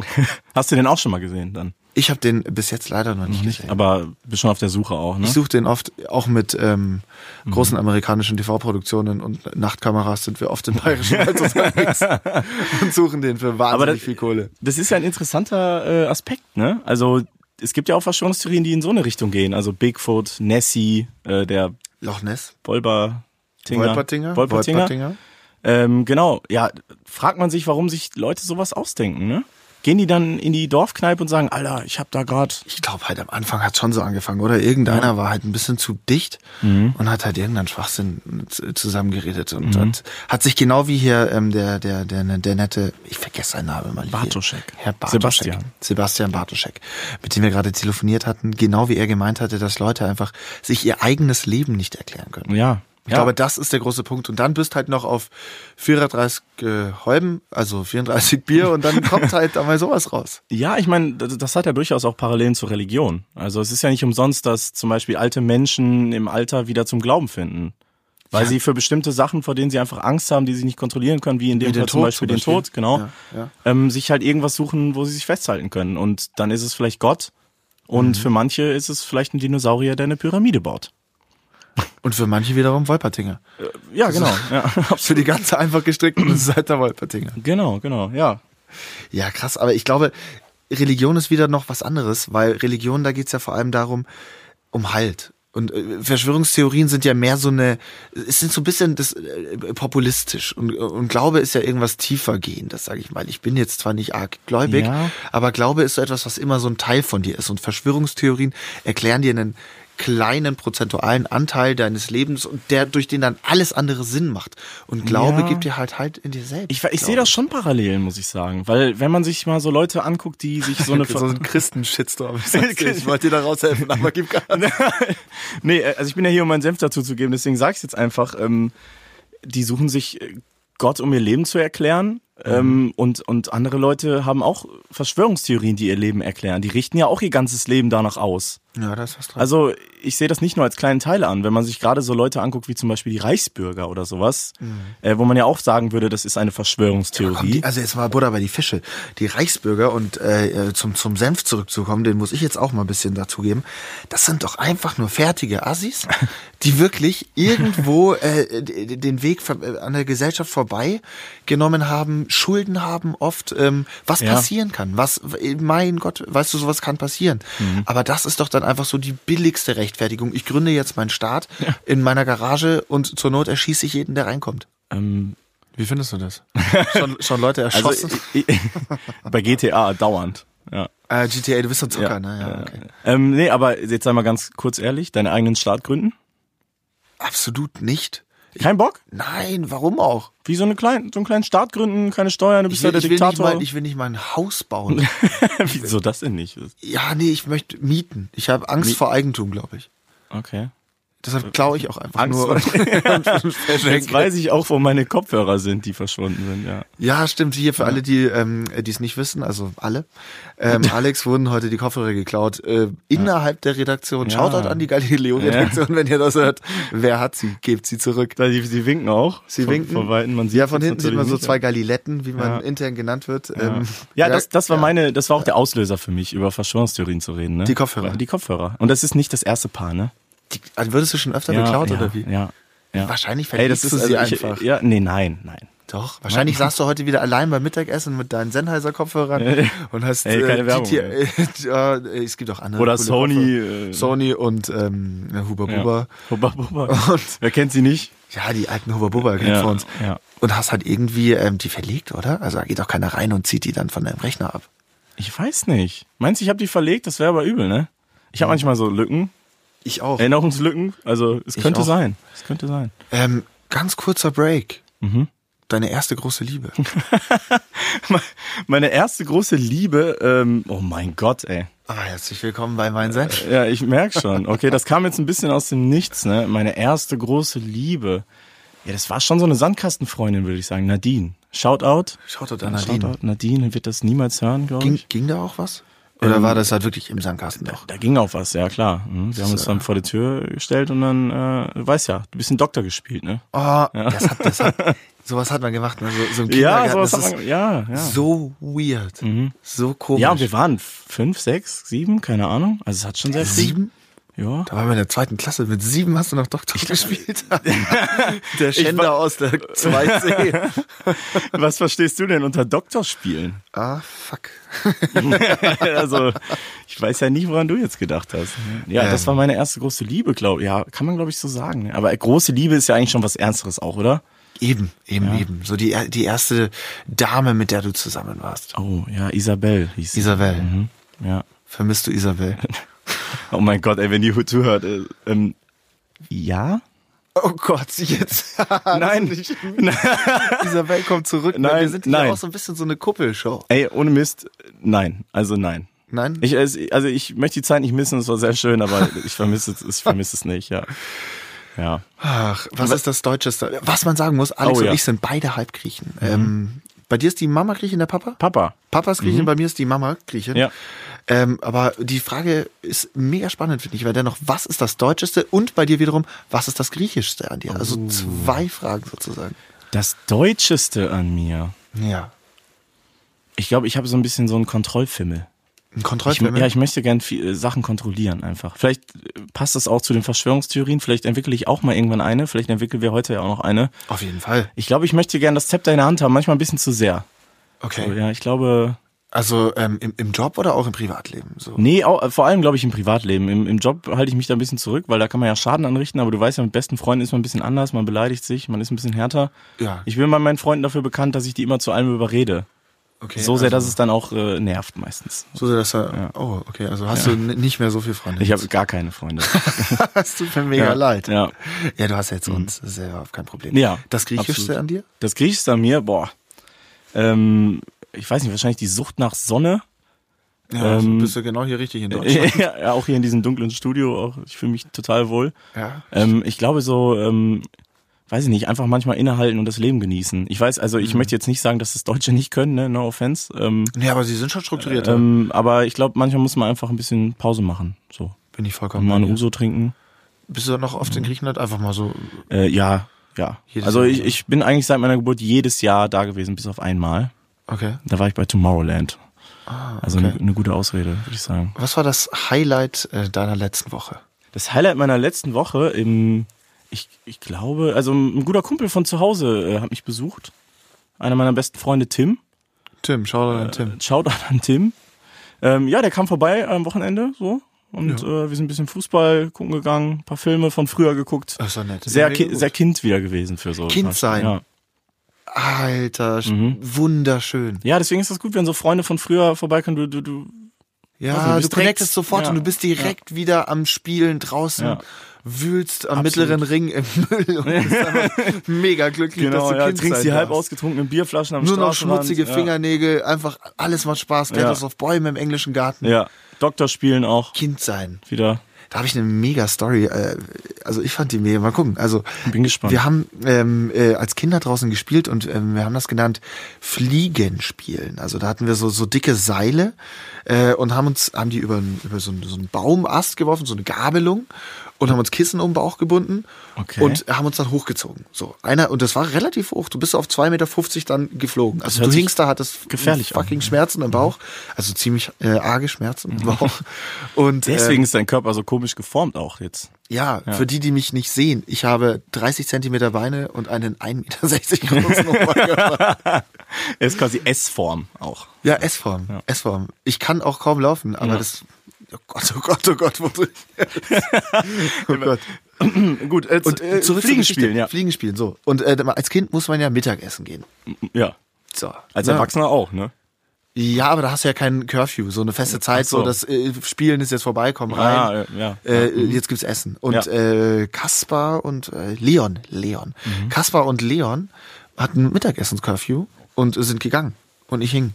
Hast du den auch schon mal gesehen dann?
Ich habe den bis jetzt leider noch nicht gesehen.
Aber bist schon auf der Suche auch, ne? Mhm.
Ich suche den oft, auch mit ähm, großen amerikanischen TV-Produktionen und Nachtkameras sind wir oft im bayerischen Wald
(laughs)
unterwegs und suchen den für wahnsinnig
Aber das,
viel Kohle.
das ist ja ein interessanter äh, Aspekt, ne? Also es gibt ja auch Verschwörungstheorien, die in so eine Richtung gehen. Also Bigfoot, Nessie, äh, der
Loch Ness?
Bolbertinger.
Wolpertinger?
Wolpertinger. Ähm, genau, ja, fragt man sich, warum sich Leute sowas ausdenken, ne? Gehen die dann in die Dorfkneipe und sagen, Alter, ich hab da gerade
Ich glaube halt am Anfang hat schon so angefangen, oder? Irgendeiner war halt ein bisschen zu dicht
Mhm.
und hat halt irgendeinen Schwachsinn z- zusammengeredet und hat, hat sich genau wie hier ähm, der, der, der, der nette, ich vergesse seinen Namen mal hier.
Bartoschek.
Herr Bartoschek.
Sebastian.
Sebastian Bartoschek, mit dem wir gerade telefoniert hatten, genau wie er gemeint hatte, dass Leute einfach sich ihr eigenes Leben nicht erklären können.
Ja,
Ich
Ja.
glaube, das ist der große Punkt. Und dann bist halt noch auf 34 äh, Häuben, also 34 Bier, und dann
(laughs)
kommt halt da mal sowas raus.
Ja, ich meine, das das hat ja durchaus auch Parallelen zur Religion. Also es ist ja nicht umsonst, dass zum Beispiel alte Menschen im Alter wieder zum Glauben finden. Weil sie für bestimmte Sachen, vor denen sie einfach Angst haben, die sie nicht kontrollieren können, wie in dem
Wie den
Fall zum
Tod
Beispiel
zum
den
Beispiel.
Tod, genau,
Ja, ja.
Ähm, sich halt irgendwas suchen, wo sie sich festhalten können. Und dann ist es vielleicht Gott. Und
Mhm.
für manche ist es vielleicht ein Dinosaurier, der eine Pyramide baut.
Und für manche wiederum Wolpertinger. (laughs)
Ja, genau. Ja,
Für die ganze einfach gestrickt und es ist halt der Wolpertinger.
genau, genau, ja.
Ja, krass, aber ich glaube, Religion ist wieder noch was anderes, weil Religion, da geht's ja vor allem darum, um Halt. Und äh, Verschwörungstheorien sind ja mehr so eine, es sind so ein bisschen das äh, populistisch und, und Glaube ist ja irgendwas tiefergehendes, sage ich mal. Ich bin jetzt zwar nicht arg gläubig,
Ja.
aber Glaube ist so etwas, was immer so ein Teil von dir ist. Und Verschwörungstheorien erklären dir einen kleinen prozentualen Anteil deines Lebens und der durch den dann alles andere Sinn macht. Und Glaube
Ja.
gibt dir halt Halt in dir selbst.
Ich, ich sehe
glaube
das schon parallel, muss ich sagen. Weil wenn man sich mal so Leute anguckt, die sich
(laughs)
so eine...
so ein Christen-Shitstorm. Ich,
(laughs)
sag's dir, ich wollte dir da raushelfen, aber (laughs) gib Gas.
nee, äh, also ich bin ja hier, um meinen Senf dazu zu geben, deswegen sage ich jetzt einfach. Ähm, die suchen sich äh, Gott, um ihr Leben zu erklären.
Mhm.
Ähm, und, und andere Leute haben auch Verschwörungstheorien, die ihr Leben erklären. Die richten ja auch ihr ganzes Leben danach aus.
Ja, das ist was dran.
Also ich sehe das nicht nur als kleinen Teil an, wenn man sich gerade so Leute anguckt, wie zum Beispiel die Reichsbürger oder sowas,
Mhm.
äh, wo man ja auch sagen würde, das ist eine
Komm,
Verschwörungstheorie.
die, also jetzt mal Buddha bei die Fische. Die Reichsbürger und äh, äh, zum, zum Senf zurückzukommen, den muss ich jetzt auch mal ein bisschen dazugeben. Das sind doch einfach nur fertige Assis, die wirklich irgendwo äh, d- d- den Weg ver- äh, an der Gesellschaft vorbei genommen haben, Schulden haben oft, ähm, was
Ja.
passieren kann. Was, äh, mein Gott, weißt du, sowas kann passieren. Aber das ist doch dann einfach so die billigste Rechtfertigung. Ich gründe jetzt meinen Staat in meiner Garage und zur Not erschieße ich jeden, der reinkommt.
ähm,
Wie findest du das? (laughs) Schon, schon Leute
also
erschossen?
ich- ich- (laughs) bei GTA dauernd. Ja.
äh, GTA, du bist doch Zucker, ne? Ja, okay.
Ähm, nee, aber jetzt sei mal ganz kurz ehrlich, deinen eigenen Staat gründen?
Absolut nicht.
Kein Bock?
Nein, warum auch?
Wie so, eine klein, so einen kleinen Staat gründen, keine Steuern, du bist
Ich will,
ja der
ich, will nicht
Diktator.
mal, ich will nicht mal ein Haus (laughs) bauen.
(laughs) Wieso das denn nicht?
ja, nee, ich möchte mieten. Ich habe Angst vor Eigentum, glaube ich.
Okay.
Deshalb klaue ich auch einfach
Angst
nur. (laughs)
(laughs)
und- und verschenke.
Jetzt weiß ich auch, wo meine Kopfhörer sind, die verschwunden sind, ja.
Ja, stimmt. Hier für alle, die ähm, es nicht wissen, also alle. (laughs) Ähm, Alex wurden heute die Kopfhörer geklaut. Äh, innerhalb der Redaktion.
Ja.
Schaut an die Galileo-Redaktion, wenn ihr das hört. Wer hat sie? Gebt sie zurück.
Da, die, sie winken auch.
Sie
Von-
winken.
Von Weitem, man sieht
ja, von hinten sieht man so zwei Galiletten, wie man
Ja.
intern genannt wird.
Ja,
Ähm,
ja das, das war
ja.
meine, das war auch der Auslöser für mich, über Verschwörungstheorien zu reden, ne?
Die Kopfhörer.
Die Kopfhörer. Und das ist nicht das erste Paar, ne?
Die, also würdest du schon öfter geklaut
ja,
oder wie?
Ja. ja.
Wahrscheinlich
Ey, das
verliebst
ist
du sie
also ich-
einfach.
Ja, nee, nein, nein.
Doch. Wahrscheinlich saßt du heute wieder allein beim Mittagessen mit deinen Sennheiser-Kopfhörern und hast
Ey, keine Werbung,
GTA (laughs) äh, es gibt auch andere.
Oder
coole
Sony,
Kopfhörer.
äh,
Sony und ähm, Huber
Ja.
Buber.
Bubba, Bubba.
Und-
Wer kennt sie nicht?
Ja, die alten Huber Buber
Ja,
Headphones.
ja.
Und hast halt irgendwie ähm, die verlegt, oder? Also da geht doch keiner rein und zieht die dann von deinem Rechner ab.
Ich weiß nicht. Meinst du, ich habe die verlegt? Das wäre aber übel, ne? Ich habe manchmal so Lücken,
Ich auch.
Erinnerungslücken. Also es
Ich
könnte
auch.
sein. Es könnte sein.
Ähm, ganz kurzer Break.
Mhm.
Deine erste große Liebe.
(laughs) Meine erste große Liebe, ähm, oh mein Gott, ey.
Ah, herzlich willkommen bei Mein Sein.
Ja, ich merk schon. Okay, das kam jetzt ein bisschen aus dem Nichts, ne? Meine erste große Liebe. Ja, das war schon so eine Sandkastenfreundin, würde ich sagen. Nadine. Shoutout.
Shoutout an Nadine.
Shoutout. Nadine wird das niemals hören, glaube
Ging,
ich.
ging da auch was? Oder war das halt wirklich im Sandkasten doch?
Da ging auch was, ja klar. Mhm. Wir haben uns dann vor die Tür gestellt und dann, äh, du weißt ja, du bist ein Doktor gespielt, ne?
Oh, (laughs) das hat, das hat, sowas hat man gemacht, ne? so, so im Kindergarten.
Ja, sowas hat
das
man, ja, ja.
ist so weird, so komisch.
Ja, und wir waren fünf, sechs, sieben, keine Ahnung. Also es hat schon sehr viel.
sieben?
Ja.
Da waren wir in der zweiten Klasse. Mit sieben hast du noch Doktor gespielt. (laughs) der
war-
Schänder aus der 2C.
Was verstehst du denn unter Doktorspielen?
(laughs)
(laughs)
ah, fuck.
also, ich weiß ja nicht, woran du jetzt gedacht hast. ne? Ja, das war meine erste große Liebe, glaube ich. Ja, kann man, glaube ich, so sagen. ne? Aber große Liebe ist ja eigentlich schon was Ernsteres auch, oder?
Eben, eben, eben. So die, die erste Dame, mit der du zusammen warst.
Oh, ja, Isabel hieß sie.
Isabel.
Mhm. Ja.
Vermisst du (laughs) Isabel?
Oh mein Gott, ey, wenn die zuhört. Äh, ähm, ja?
Oh Gott, jetzt. (laughs)
(laughs) Nein.
Isabel kommt zurück. Ne?
Nein,
wir sind hier
nein.
auch so ein bisschen so eine Kuppelshow.
Ey, ohne Mist, nein. Also nein.
Nein? (laughs)
Ich, es- also ich möchte die Zeit nicht missen, es war sehr schön, aber ich vermisse es, ich vermisse es nicht, ja. Ja.
Ach, was ist das Deutscheste? Was man sagen muss, Alex
Oh,
und
ja. Mhm.
ich sind beide Halbgriechen. Ähm, bei dir ist die Mama Griechin, der Papa?
Papa.
Papa ist Griechin, bei mir ist die Mama Griechin.
Mhm. Ja.
Ähm, aber die Frage ist mega spannend, finde ich, weil dennoch, was ist das Deutscheste und bei dir wiederum, was ist das Griechischste an dir?
Oh.
Also zwei Fragen sozusagen.
Das Deutscheste an mir.
Ja.
Ich glaube, ich habe so ein bisschen so einen Kontrollfimmel.
Ein
Ich,
Kontrollfilm. ne?
ja, ich möchte gern viel, äh, Sachen kontrollieren einfach. Vielleicht äh, passt das auch zu den Verschwörungstheorien. Vielleicht entwickle ich auch mal irgendwann eine. Vielleicht entwickeln wir heute ja auch noch eine.
Auf jeden Fall.
Ich glaube, ich möchte gern das Zepter in der Hand haben. Manchmal ein bisschen zu sehr.
Okay.
So, ja, ich glaube,
Also ähm, im, im Job oder auch im Privatleben? So.
Nee, au- äh, vor allem glaube ich im Privatleben. Im, Im Job halte ich mich da ein bisschen zurück, weil da kann man ja Schaden anrichten, aber du weißt ja, mit besten Freunden ist man ein bisschen anders, man beleidigt sich, man ist ein bisschen härter.
Ja.
Ich bin bei meinen Freunden dafür bekannt, dass ich die immer zu allem überrede.
Okay,
so sehr,
also,
dass es dann auch äh, nervt meistens.
So sehr, dass er. Oh, okay. Also hast du n- nicht mehr so viel Freunde.
Ich
(laughs)
habe gar keine Freunde.
Es tut mir mega
Ja,
leid.
ja. Mhm.
ja, du hast ja jetzt uns. Das ist ja überhaupt kein Problem.
Ja,
Das Griechischste
absolut.
an dir?
Das Griechischste an mir, boah. Ähm, ich weiß nicht, wahrscheinlich die Sucht nach Sonne.
Ja,
Ähm,
bist du genau hier richtig in Deutschland.
(laughs) ja, ja, auch hier in diesem dunklen Studio, auch, ich fühle mich total wohl.
Ja.
Ähm, ich glaube so, ähm, weiß ich nicht, einfach manchmal innehalten und das Leben genießen. Ich weiß, also ich möchte jetzt nicht sagen, dass das Deutsche nicht können, ne? no offense. Ähm,
Nee, aber sie sind schon strukturierter.
ähm, aber ich glaube, manchmal muss man einfach ein bisschen Pause machen. So,
Bin ich vollkommen.
mal
bei
ein
dir.
Uso trinken.
Bist du noch
Mhm.
oft in Griechenland? Einfach mal so.
Äh, ja, ja.
Jedes
also
Jahr,
ich,
oder?
ich bin eigentlich seit meiner Geburt jedes Jahr da gewesen, bis auf einmal.
Okay.
Da war ich bei Tomorrowland. Also
okay.
eine, eine gute Ausrede, würde ich sagen.
Was war das Highlight äh, deiner letzten Woche?
Das Highlight meiner letzten Woche im, ich, ich glaube, also ein guter Kumpel von zu Hause äh, hat mich besucht. Einer meiner besten Freunde, Tim.
Tim, schau
Äh,
mal an Tim.
Shoutout an Tim. Ähm, ja, der kam vorbei am Wochenende so. Und äh, wir sind ein bisschen Fußball gucken gegangen, ein paar Filme von früher Äh, geguckt.
Das ist doch nett.
Sehr,
Mega
ki
gut.
sehr Kind wieder gewesen für so.
Kind
was.
sein.
Ja.
Alter,
Mhm.
sch- wunderschön.
ja, deswegen ist das gut, wenn so Freunde von früher vorbeikommen. Du, du, du. Also,
Ja,
du
du
bist direkt-
connectest sofort
ja,
und du bist direkt wieder am Spielen draußen,
Ja.
wühlst am
Absolut.
mittleren Ring im (laughs) Müll und bist einfach mega glücklich, dass du
Genau, ja,
Kind
trinkst
sein
die halb
darfst.
ausgetrunkenen Bierflaschen am
Nur noch
Straßenrand,
schmutzige
ja.
Fingernägel, einfach alles macht Spaß, Kletters
Ja.
auf Bäume im englischen Garten.
Ja, Doktor spielen auch
Kind sein.
wieder.
Da habe ich eine mega Story. äh, Also ich fand die mega. Mal gucken. Also
Bin gespannt.
Wir haben ähm, äh, als Kinder draußen gespielt und ähm, wir haben das genannt Fliegenspielen. Also da hatten wir so so dicke Seile äh, und haben uns haben die über n- über so, n- so einen Baumast geworfen, so eine Gabelung und haben uns Kissen um den Bauch gebunden
Okay.
und haben uns dann hochgezogen. So einer und das war relativ hoch. Du bist auf 2,50 Meter dann geflogen. Also
hört
du
sich
hingst da, hattest
gefährlich an. Mhm.
fucking Schmerzen im Bauch, also ziemlich äh, arge Schmerzen im
(laughs)
Bauch. Und ähm,
Deswegen ist dein Körper so komisch geformt auch jetzt.
ja, für die, die mich nicht sehen, ich habe 30 Zentimeter Beine und einen 1,60 Meter großen (laughs) Oberkörper.
Er ist quasi S-Form auch.
Ja, S-Form, S-Form. Ich kann auch kaum laufen, aber das... Oh Gott, oh Gott, oh Gott, wo bin (laughs) ich? Oh Gott.
Gut, äh,
Und äh, zurück
Fliegen
zur Geschichte.
spielen, ja.
Fliegen spielen, so. Und äh, als Kind muss man ja Mittagessen gehen.
ja.
So.
Als
Ne?
Erwachsener auch, ne?
Ja, aber da hast du ja keinen Curfew, so eine feste Zeit, so,
so.
das äh, Spielen ist jetzt vorbei, komm
Ah,
rein.
äh, ja.
Äh, jetzt gibt's Essen. Und
Ja.
äh, Kaspar und äh, Leon, Leon.
Mhm.
Kaspar und Leon hatten Mittagessen-Curfew und sind gegangen. Und ich
(laughs)
hing.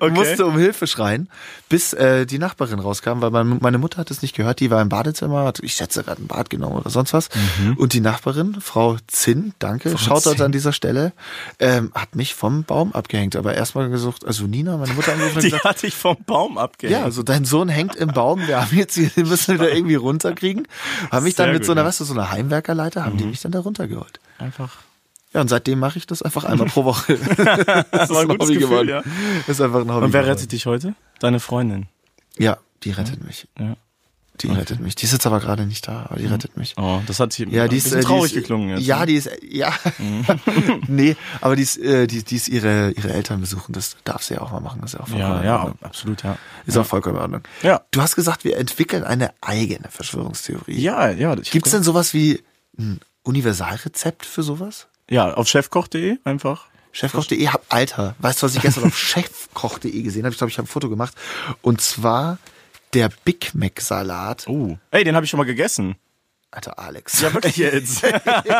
Okay.
Musste um Hilfe schreien, bis äh, die Nachbarin rauskam, weil mein, meine Mutter hat es nicht gehört, die war im Badezimmer, hat, ich schätze, gerade ein Bad genommen oder sonst was. Und die Nachbarin, Frau Zinn, danke, schaut dort
Mhm. Zinn.
an dieser Stelle, ähm, hat mich vom Baum abgehängt. Aber erstmal gesucht, also Nina, meine Mutter angerufen und
Die
gesagt,
hatte ich vom Baum abgehängt.
Ja, also dein Sohn hängt im Baum, wir haben jetzt hier, den müssen wir da irgendwie runterkriegen. Haben mich dann
Sehr
mit so
gut,
einer,
ja. Mhm.
weißt du, so einer Heimwerkerleiter, haben die mich dann da runtergeholt.
Einfach.
Ja, und seitdem mache ich das einfach einmal pro
(laughs)
Woche.
Das war ein gutes Gefühl, ja.
Ist einfach ein Hobby.
Und wer
geworden.
rettet dich heute? Deine Freundin.
Ja, die
Mhm.
rettet mich.
Ja.
Die rettet mich. Die sitzt aber gerade nicht da, aber die rettet mich.
Oh, das hat hier
Ja,
ein
die ist
bisschen
äh,
traurig
die ist,
geklungen jetzt.
Ja,
ne? Mhm.
die ist ja. (laughs) nee, aber die ist, äh, die, die ist ihre ihre Eltern besuchen, das darf sie ja auch mal machen, das ist ja auch vollkommen
ja,
in
ja,
Ordnung.
absolut, ja.
Ist auch vollkommen in Ordnung.
Ja.
Du hast gesagt, wir entwickeln eine eigene Verschwörungstheorie.
Ja, genau. ja. ich-
Gibt es denn sowas wie ein Universalrezept für sowas?
Ja, auf chefkoch.de einfach.
Chefkoch.de, hab, Alter, weißt du, was ich gestern
(laughs)
auf chefkoch.de gesehen habe? Ich glaube, ich habe ein Foto gemacht. Und zwar der Big Mac Salat.
Oh. Ey, den habe ich schon mal gegessen.
Alter, Alex.
Ja,
(laughs)
wirklich jetzt. (laughs)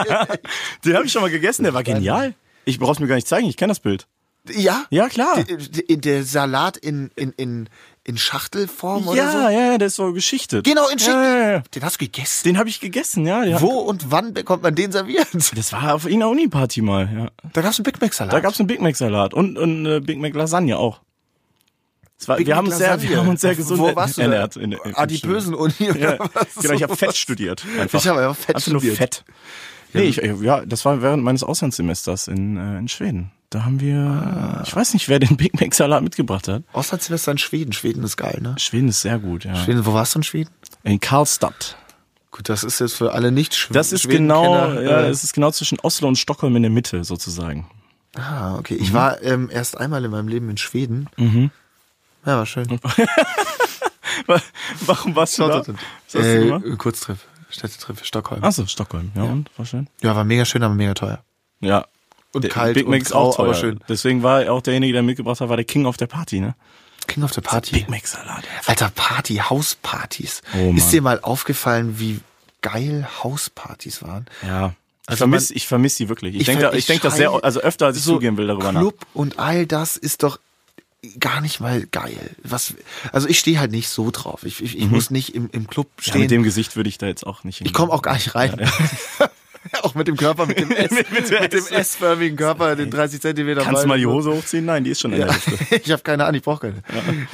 den habe ich schon mal gegessen, der war genial. Ich brauch's mir gar nicht zeigen, ich kenne das Bild.
Ja?
Ja, klar.
Der, der Salat in, in, in, in Schachtelform
Ja,
oder so?
ja, der ist so geschichtet.
Genau, in Schicht.
Ja, ja, ja.
Den hast du gegessen.
Den habe ich gegessen, ja. Den
Wo und wann bekommt man den serviert?
Das war auf einer Uni-Party mal, ja.
Da gab's einen Big Mac-Salat.
Da gab's einen Big Mac-Salat und, und äh, Big Mac-Lasagne auch. Es war,
Big
wir,
Mac
haben uns sehr, wir
Lasagne.
haben uns sehr gesund
Wo warst du denn? Ah,
ernährt. in- in-
Adipösen-Uni oder (laughs)
Ja,
was?
genau, ich habe Fett studiert. Einfach.
Ich habe einfach Fett
einfach Nur
studiert.
Fett. Nee, ich, ja, das war während meines Auslandssemesters in, äh, in Schweden. Da haben wir,
Ah.
äh, ich weiß nicht, wer den Big Mac-Salat mitgebracht hat.
Auslandssemester in Schweden. Schweden ist geil, ne?
Schweden ist sehr gut, ja.
Schweden, wo warst du in Schweden?
In Karlstadt.
Gut, das ist jetzt für alle nicht äh, Schweden.
Das ist genau, ja, das ist genau zwischen Oslo und Stockholm in der
(laughs)
Mitte sozusagen.
ah, okay. Ich war ähm, erst einmal in meinem Leben in Schweden.
Mhm.
Ja, war schön.
Warum warst du da? Was hast du
Äh,
gemacht?
Kurztrip. Städtetrip für Stockholm.
Achso, Stockholm, ja, und? War schön?
Ja, war mega schön, aber mega teuer.
Ja.
Und
Der
kalt
Big Mac
und
ist
grau,
auch teuer.
aber schön.
Deswegen war auch derjenige, der mitgebracht hat, war der King auf der Party, ne?
King of the Party.
Big Mac Salat.
Alter, Party, Hauspartys.
Oh, Mann.
ist dir mal aufgefallen, wie geil Hauspartys waren?
Ja. Ich
Also
vermiss, ich vermiss die wirklich. Ich,
Ich
denke
ver-
da, ich
ich
denk das sehr,
schreie-
also öfter als ich zugeben will darüber nach.
Club und all das ist doch gar nicht mal geil. Was, also ich stehe halt nicht so drauf. Ich, ich, ich muss nicht im, im Club
Mhm. Ja,
stehen.
mit dem Gesicht würde ich da jetzt auch nicht hin.
ich komme auch gar nicht rein. (laughs) auch mit dem Körper,
(laughs)
mit dem S,
Mit- mit der
mit dem
S.
S-förmigen Körper, den 30 Zentimeter.
Kannst
Beinen.
du mal die Hose hochziehen? Nein, die ist schon in der
Ja, (laughs)
Liste.
ich habe keine Ahnung, ich brauche keine.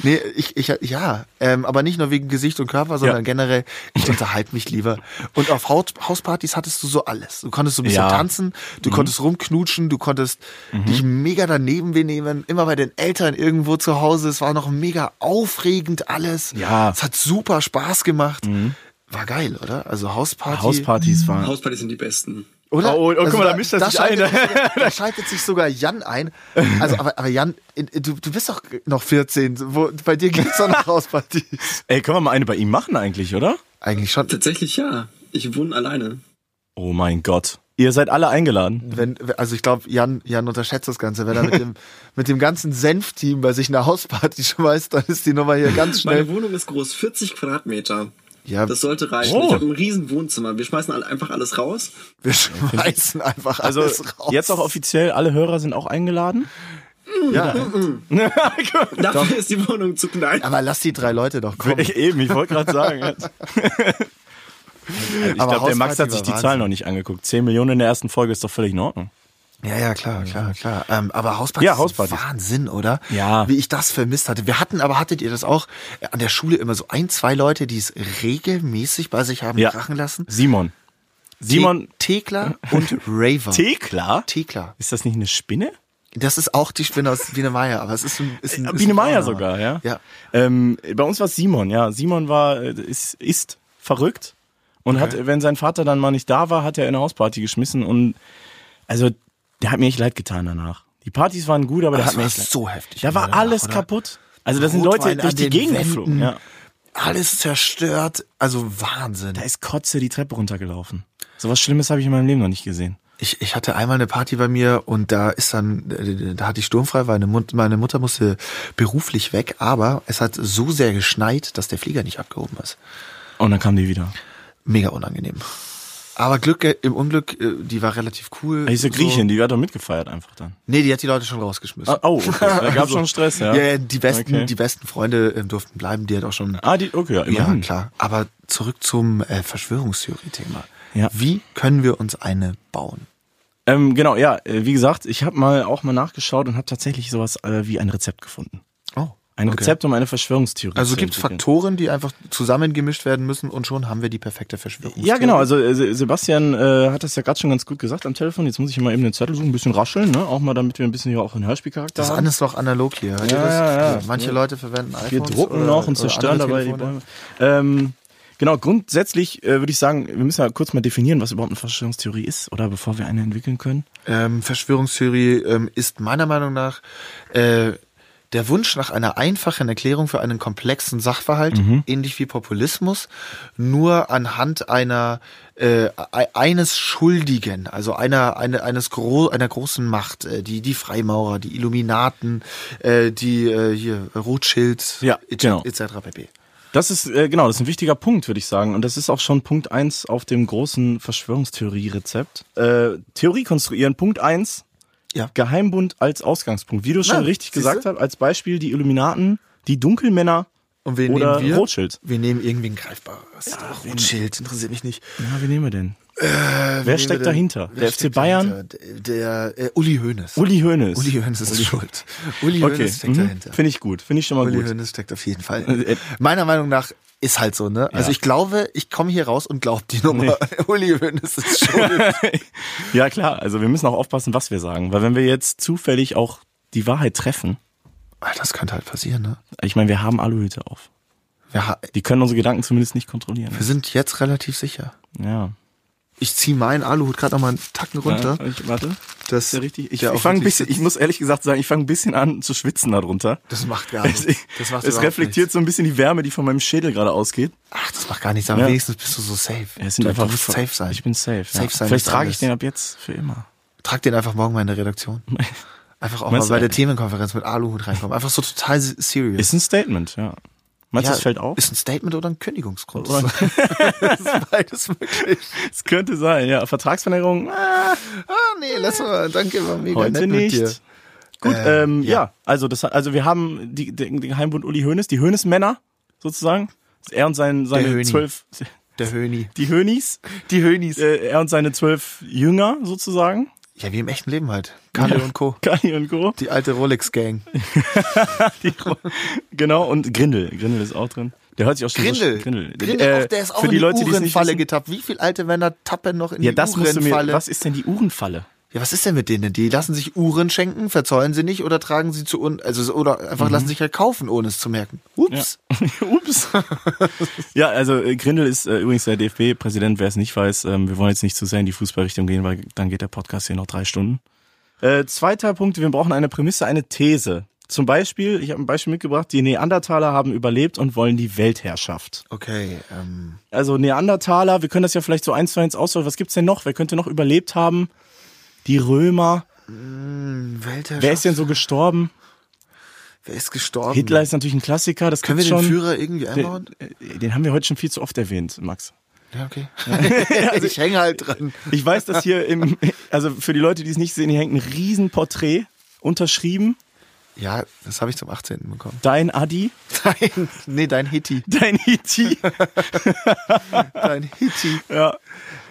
Nee, ich, ich ja, ähm, aber nicht nur wegen Gesicht und Körper, sondern
Ja.
generell, ich unterhalte mich lieber. Und auf Haut, Hauspartys hattest du so alles. Du konntest so ein bisschen
Ja. Mhm.
tanzen, du konntest rumknutschen, du konntest dich mega daneben benehmen, immer bei den Eltern irgendwo zu Hause. Es war noch mega aufregend alles.
Ja. Mhm.
Es hat super Spaß gemacht. War geil, oder? Also Hausparty.
Hauspartys waren.
Hauspartys sind die besten.
Oder? Also
Oh, oh, guck mal, da mischt er (laughs)
da
sich ein.
schaltet sich sogar- Da schaltet sich sogar Jan ein. Also, aber, aber Jan, in- in- du, du bist doch noch 14. Wo, bei dir geht's doch noch Hauspartys.
Ey, können wir mal eine bei ihm machen eigentlich, oder?
Eigentlich schon.
Tatsächlich ja. Ich wohne alleine.
Oh mein Gott. Ihr seid alle eingeladen.
Wenn, also ich glaube, Jan, Jan unterschätzt das Ganze. Wenn er mit dem, mit dem ganzen Senf-Team bei sich eine Hausparty schmeißt, dann ist die Nummer hier ganz
Meine
schnell.
Wohnung ist groß, 40 Quadratmeter.
Ja,
Das sollte reichen.
Oh.
Ich habe ein riesen Wohnzimmer. Wir schmeißen alle- einfach alles raus.
wir schmeißen einfach
Also
alles raus.
jetzt auch offiziell, alle Hörer sind
(laughs)
auch eingeladen.
Ja,
Dafür ist die Wohnung zu klein.
aber lass die drei Leute doch kommen.
Ich, eben, ich wollte
(laughs)
gerade sagen. jetzt. ich glaube, der
Also Hausparty
Max hat sich
war
die
Wahnsinn.
Zahlen noch nicht angeguckt. 10 Millionen in der ersten Folge ist doch völlig in Ordnung.
Ja, ja, klar, klar, klar. Ähm, aber Hauspartys,
Ja, Hauspartys.
Sind Wahnsinn, oder?
Ja.
Wie ich das vermisst hatte. Wir hatten, aber hattet ihr das auch äh, an der Schule immer so ein, zwei Leute, die es regelmäßig bei sich haben
Ja.
krachen lassen?
Simon. Simon
Te Tekla
(laughs)
und Raver.
Thekla?
Tekla.
Ist das nicht eine Spinne?
Das ist auch die Spinne aus Biene Meier, aber es ist ein, ist ein, ist ein
Biene Äh, Meier
Frauenname.
sogar, ja.
Ja.
Ähm, bei uns war es Simon, ja. Simon war, äh, ist, ist verrückt und hat, wenn sein Vater dann mal nicht da war, hat er in eine Hausparty geschmissen und also der hat mir echt leid getan danach. Die Partys waren gut, aber der
das
hat mir
war
echt leid.
so heftig,
Da war
oder?
alles
Oder?
kaputt. Also das sind Leute
Rotwein
durch
an
die
den
Gegend
Wänden.
geflogen. Ja.
Alles zerstört. Also Wahnsinn.
Da ist Kotze die Treppe runtergelaufen. So was Schlimmes habe ich in meinem Leben noch nicht gesehen.
Ich, ich hatte einmal eine Party bei mir und da ist dann, äh, da hatte ich sturmfrei, weil eine Mut, meine Mutter musste beruflich weg, aber es hat so sehr geschneit, dass der Flieger nicht abgehoben ist.
Und dann kam die wieder.
Mega unangenehm. Aber Glück äh, im Unglück, äh, die war relativ cool.
Diese
So.
Griechin, Ah, die hat doch mitgefeiert einfach dann.
Nee, die hat die Leute schon rausgeschmissen.
Ah, oh, okay. da gab schon Stress,
(laughs)
ja.
Ja, ja, die besten,
Okay.
die besten Freunde äh, durften bleiben, die hat auch schon.
Ah, die, okay, ja,
Ja,
immerhin.
klar. Aber zurück zum äh, Verschwörungstheorie-Thema.
Ja.
Wie können wir uns eine bauen?
Ähm, genau, ja, äh, wie gesagt, ich habe mal auch mal nachgeschaut und habe tatsächlich sowas äh, wie ein Rezept gefunden.
Oh.
Ein
okay.
Rezept, um eine Verschwörungstheorie
Also
zu
gibt es
entwickeln.
Faktoren, die einfach zusammengemischt werden müssen und schon haben wir die perfekte Verschwörung.
Ja, genau, also äh, Se- Sebastian äh, hat das ja gerade schon ganz gut gesagt am Telefon. Jetzt muss ich mal eben den Zettel suchen, ein bisschen rascheln, ne? Auch mal, damit wir ein bisschen hier auch einen Hörspielcharakter
Das
haben.
alles noch analog hier. Hört ihr
Ja,
das? Also
ja, ja.
Manche Leute verwenden iPhones. äh,
Wir drucken
oder-
noch und
oder
zerstören
andere
dabei die
Telefone.
Bäume. Ähm, genau, grundsätzlich äh, würde ich sagen, wir müssen ja kurz mal definieren, was überhaupt eine Verschwörungstheorie ist, oder bevor wir eine entwickeln können.
Ähm, Verschwörungstheorie ähm, ist meiner Meinung nach äh, der Wunsch nach einer einfachen Erklärung für einen komplexen Sachverhalt,
Mhm.
ähnlich wie Populismus, nur anhand einer äh, e- eines Schuldigen, also einer eine, eines gro einer großen Macht, äh, die die Freimaurer, die Illuminaten, äh, die äh, hier Rothschild,
Ja,
et,
genau.
etc. pp.
Das ist, äh, genau, das ist ein wichtiger Punkt, würde ich sagen. Und das ist auch schon Punkt eins auf dem großen Verschwörungstheorie-Rezept. Äh, Theorie konstruieren, Punkt eins
Ja.
Geheimbund als Ausgangspunkt. Wie du schon
Ja,
richtig
siehste.
gesagt hast, als Beispiel die Illuminaten, die Dunkelmänner
Und wen
Oder
nehmen wir?
Rothschild.
Wir nehmen irgendwie ein greifbares. Ach, Rothschild, interessiert mich nicht.
Na, wen nehmen wir denn?
Äh, wen nehmen
Wer steckt
wir denn?
dahinter?
Wer
der FC
steckt
Bayern?
dahinter? Der, der äh, Uli Hoeneß.
Uli Hoeneß.
Uli Hoeneß ist schuld. Uli
okay.
Hoeneß steckt
mhm.
dahinter.
Finde ich gut. Finde ich schon mal
Uli
gut.
Hoeneß steckt auf jeden
Äh,
Fall.
äh.
Meiner Meinung nach ist halt so, ne? Also
Ja.
ich glaube, ich komme hier raus und glaub die Nummer. (laughs) Uli Hoeneß ist
(laughs)
schuld.
ja, klar. Also wir müssen auch aufpassen, was wir sagen. Weil wenn wir jetzt zufällig auch die Wahrheit treffen,
Ah, das könnte halt passieren, ne?
ich meine, wir haben Aluhüte auf.
Wir, ha-
Die können unsere Gedanken zumindest nicht kontrollieren.
wir sind jetzt relativ sicher.
Ja.
Ich zieh meinen Aluhut gerade nochmal einen Tacken runter.
Ja, ich, warte.
Das
Ist ja richtig. Ich,
der
ich
auch
fange ein
wirklich
bisschen, ich muss ehrlich gesagt sagen, ich fange ein bisschen an zu schwitzen darunter. Also
Das macht gar nichts. Das macht
(laughs) es
überhaupt
reflektiert
nichts.
so ein bisschen die Wärme, die von meinem Schädel gerade ausgeht.
Ach, das macht gar nichts, aber
Ja.
wenigstens bist du so safe.
Es
du,
sind einfach
du musst safe sein.
Ich bin safe.
Safe
ja.
sein
Vielleicht
ist
trage
alles.
ich den ab jetzt für immer.
Trag den einfach morgen mal in der
(laughs)
Redaktion. Einfach auch mal
Meinst
bei
du,
der
äh,
Themenkonferenz mit Aluhut reinkommen. Einfach so total se- serious.
Ist ein Statement, ja. Meinst du,
Ja,
es fällt auf?
Ist ein Statement oder ein Kündigungsgrund? (laughs) Das ist beides möglich.
(laughs) Es könnte sein, ja. Vertragsverlängerung, ah,
Ah, nee, lass mal. Danke, war mega
heute
nett mit dir.
nicht. Gut, ähm,
Ähm,
ja. also das, also wir haben die, den, den Geheimbund Uli Hoeneß, die Hoeneß-Männer sozusagen. Er und sein, seine
Hoeni.
zwölf,
Der Höni.
die Hoenis,
Die Hönis.
äh, er und seine zwölf Jünger sozusagen,
Ja, wie im echten Leben halt. Kalle und Co.
Kani und Co.
Die alte Rolex-Gang.
Die, genau, und Grindel. Grindel ist auch drin. Der hört sich auch schon
Grindel.
So, Grindel.
Grindel,
Äh,
auch, der ist auch
für
in
die,
die,
Leute, die es nicht
Uhrenfalle
wissen.
getappt. Wie viele alte Männer tappen noch in
Ja,
die
das musst du mir,
Uhrenfalle?
was ist denn die Uhrenfalle?
Ja, was ist denn mit denen? denn? Die lassen sich Uhren schenken, verzollen sie nicht oder tragen sie zu un also oder
Mhm.
einfach lassen sich halt kaufen, ohne es zu merken. (laughs) Ups.
(laughs) Ups. ja, also äh, Grindel ist äh, übrigens der DFB-Präsident, wer es nicht weiß. Ähm, wir wollen jetzt nicht zu sehr in die Fußballrichtung gehen, weil dann geht der Podcast hier noch drei Stunden. Äh, zweiter Punkt, wir brauchen eine Prämisse, eine These. Zum Beispiel, ich habe ein Beispiel mitgebracht, die Neandertaler haben überlebt und wollen die Weltherrschaft.
Okay, ähm,
Also Neandertaler, wir können das ja vielleicht so eins zu eins auswählen. Was gibt's denn noch? Wer könnte noch überlebt haben? Die Römer.
Weltherrschaft.
Wer ist denn so gestorben?
Wer ist gestorben?
Hitler ist natürlich ein Klassiker, das
Können wir
gibt's
den
schon.
Führer irgendwie einbauen?
den, den haben wir heute schon viel zu oft erwähnt, Max.
Ja, okay. (laughs)
(laughs)
also ich hänge halt dran.
Ich weiß, dass hier
(laughs)
im, also für die Leute, die es nicht sehen, hier hängt ein Riesenporträt unterschrieben.
Ja, das habe ich zum 18. bekommen. (laughs)
Dein Adi, (laughs)
Dein, nee, dein Hitti.
dein E Hiti.
Dein Hitti.
(laughs) Ja.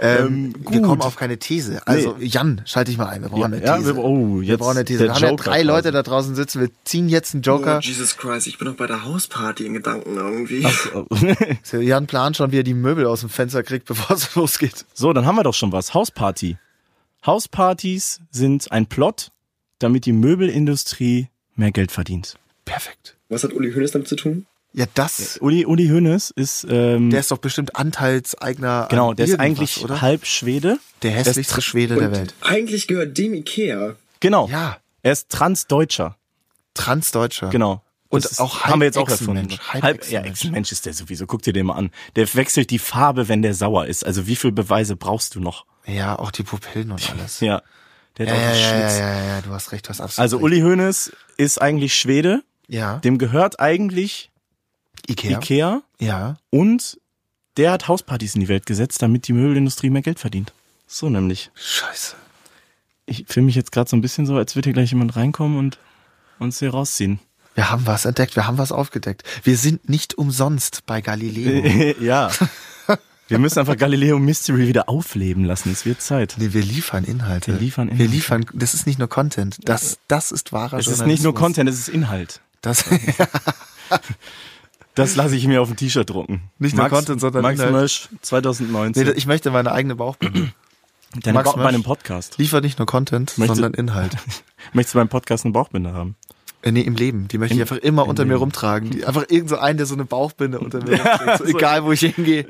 Ähm,
Ähm,
Wir
gut.
kommen auf keine These. Also, Jan, schalte dich mal ein. Wir brauchen eine
Ja,
These.
wir- oh,
wir
jetzt
brauchen eine These.
der
Wir haben ja
Joker
drei Leute
quasi.
da draußen sitzen. Wir ziehen jetzt einen
Oh,
Joker.
Jesus Christ, ich bin doch bei der Hausparty in Gedanken irgendwie.
So, Jan plant schon, wie er die Möbel aus dem Fenster kriegt, (laughs) bevor es losgeht.
(laughs) So, dann haben wir doch schon was. Hausparty. Hauspartys sind ein Plot, damit die Möbelindustrie mehr Geld verdient.
Perfekt.
Was hat Uli Hoeneß damit zu tun?
Ja, das,
Uli, Uli Hoeneß ist, ähm,
der ist doch bestimmt Anteilseigner. an
genau, der ist
irgendwas,
eigentlich
oder?
halb Schwede.
der hässlichste Schwede der Welt.
Eigentlich gehört dem Ikea.
Genau.
Ja,
Er ist Transdeutscher.
Transdeutscher.
Genau.
Und
Das
auch
haben wir jetzt auch erfunden.
Halb-Echsenmensch.
Halb, ja,
Halb-Echsenmensch.
Echsenmensch ist der sowieso. Guck dir den mal an. Der wechselt die Farbe, wenn der sauer ist. Also wie viel Beweise brauchst du noch?
Ja, auch die Pupillen und alles.
Ja. Der hat
Ja,
auch
ja,
einen
ja, ja,
Schlitz.
ja, ja, du hast recht, du hast absolut
Also
recht.
Uli Hoeneß ist eigentlich Schwede.
Ja.
Dem gehört eigentlich
Ikea.
Ikea
Ja.
und der hat Hauspartys in die Welt gesetzt, damit die Möbelindustrie mehr Geld verdient. So nämlich.
Scheiße.
Ich fühle mich jetzt gerade so ein bisschen so, als wird hier gleich jemand reinkommen und uns hier rausziehen.
Wir haben was entdeckt, wir haben was aufgedeckt. Wir sind nicht umsonst bei
Äh.
Galileo.
(laughs) ja. Wir müssen einfach Galileo Mystery wieder aufleben lassen. Es wird Zeit.
Nee, wir liefern Inhalte.
Wir liefern
Wir
Inhalte. Äh.
liefern, das ist nicht nur Content. Das, das ist wahrer
Es ist nicht nur Content, es ist Inhalt.
Das, (laughs)
Das lasse ich mir auf ein T-Shirt drucken.
Nicht nur Content, sondern
Max
Inhalt.
Mösch,
nee,
2019.
ich möchte meine eigene
(clears throat)
Bauchbinde.
Deine
Max
Max bei
Mösch.
einem Podcast.
Liefer nicht nur Content,
Möchte-
sondern Inhalt.
(laughs) Möchtest du beim Podcast einen Bauchbinder haben?
Äh, nee, im Leben. Die möchte
Im-
ich einfach immer
im
unter mir
Leben.
rumtragen.
(laughs)
Die, einfach irgend so einen, der so eine Bauchbinde unter mir rumträgt. So, egal, wo ich hingehe.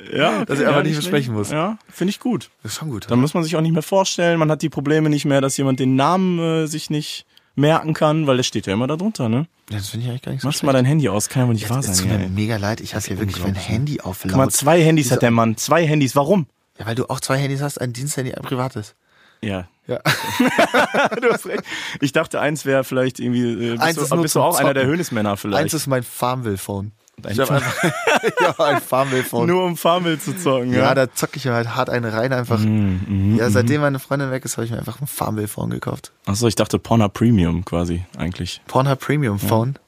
dass ich einfach nicht besprechen muss.
Ja, finde ich gut.
Das ist schon gut.
Dann muss man sich auch nicht mehr vorstellen. Man hat die Probleme nicht mehr, dass jemand den Namen äh, sich nicht merken kann, weil das steht ja immer da drunter, ne?
Ja, das finde ich eigentlich gar nicht so
Machst
schlecht.
mal dein Handy aus, kann ja wohl nicht wahr
Es tut
sein.
mir
Ja, ey.
mega leid. Ich hasse hier wirklich mein Handy auf laut.
Guck mal, zwei Handys hat
Diese-
der Mann. Zwei Handys. Warum?
Ja, weil du auch zwei Handys hast, ein Diensthandy, ein privates.
Ja.
Ja.
(laughs) du hast recht. Ich dachte, eins wäre vielleicht irgendwie. Äh,
(laughs)
bist
Eins
du,
ist nur
bist du
zum
auch einer der
Zocken.
Höhnesmänner vielleicht.
Eins ist mein Farmville-Phone.
Dein
Ich habe
Farm-
einfach (laughs) ich hab ein Farmville-Phone.
Nur um Farmville zu zocken,
ja. Mhm,
ja.
da zocke ich mir halt hart einen rein einfach. ja, seitdem meine Freundin weg ist, habe ich mir einfach ein Farmville-Phone gekauft.
Achso, ich dachte Pornhub Premium quasi, eigentlich.
Pornhub Premium-Phone.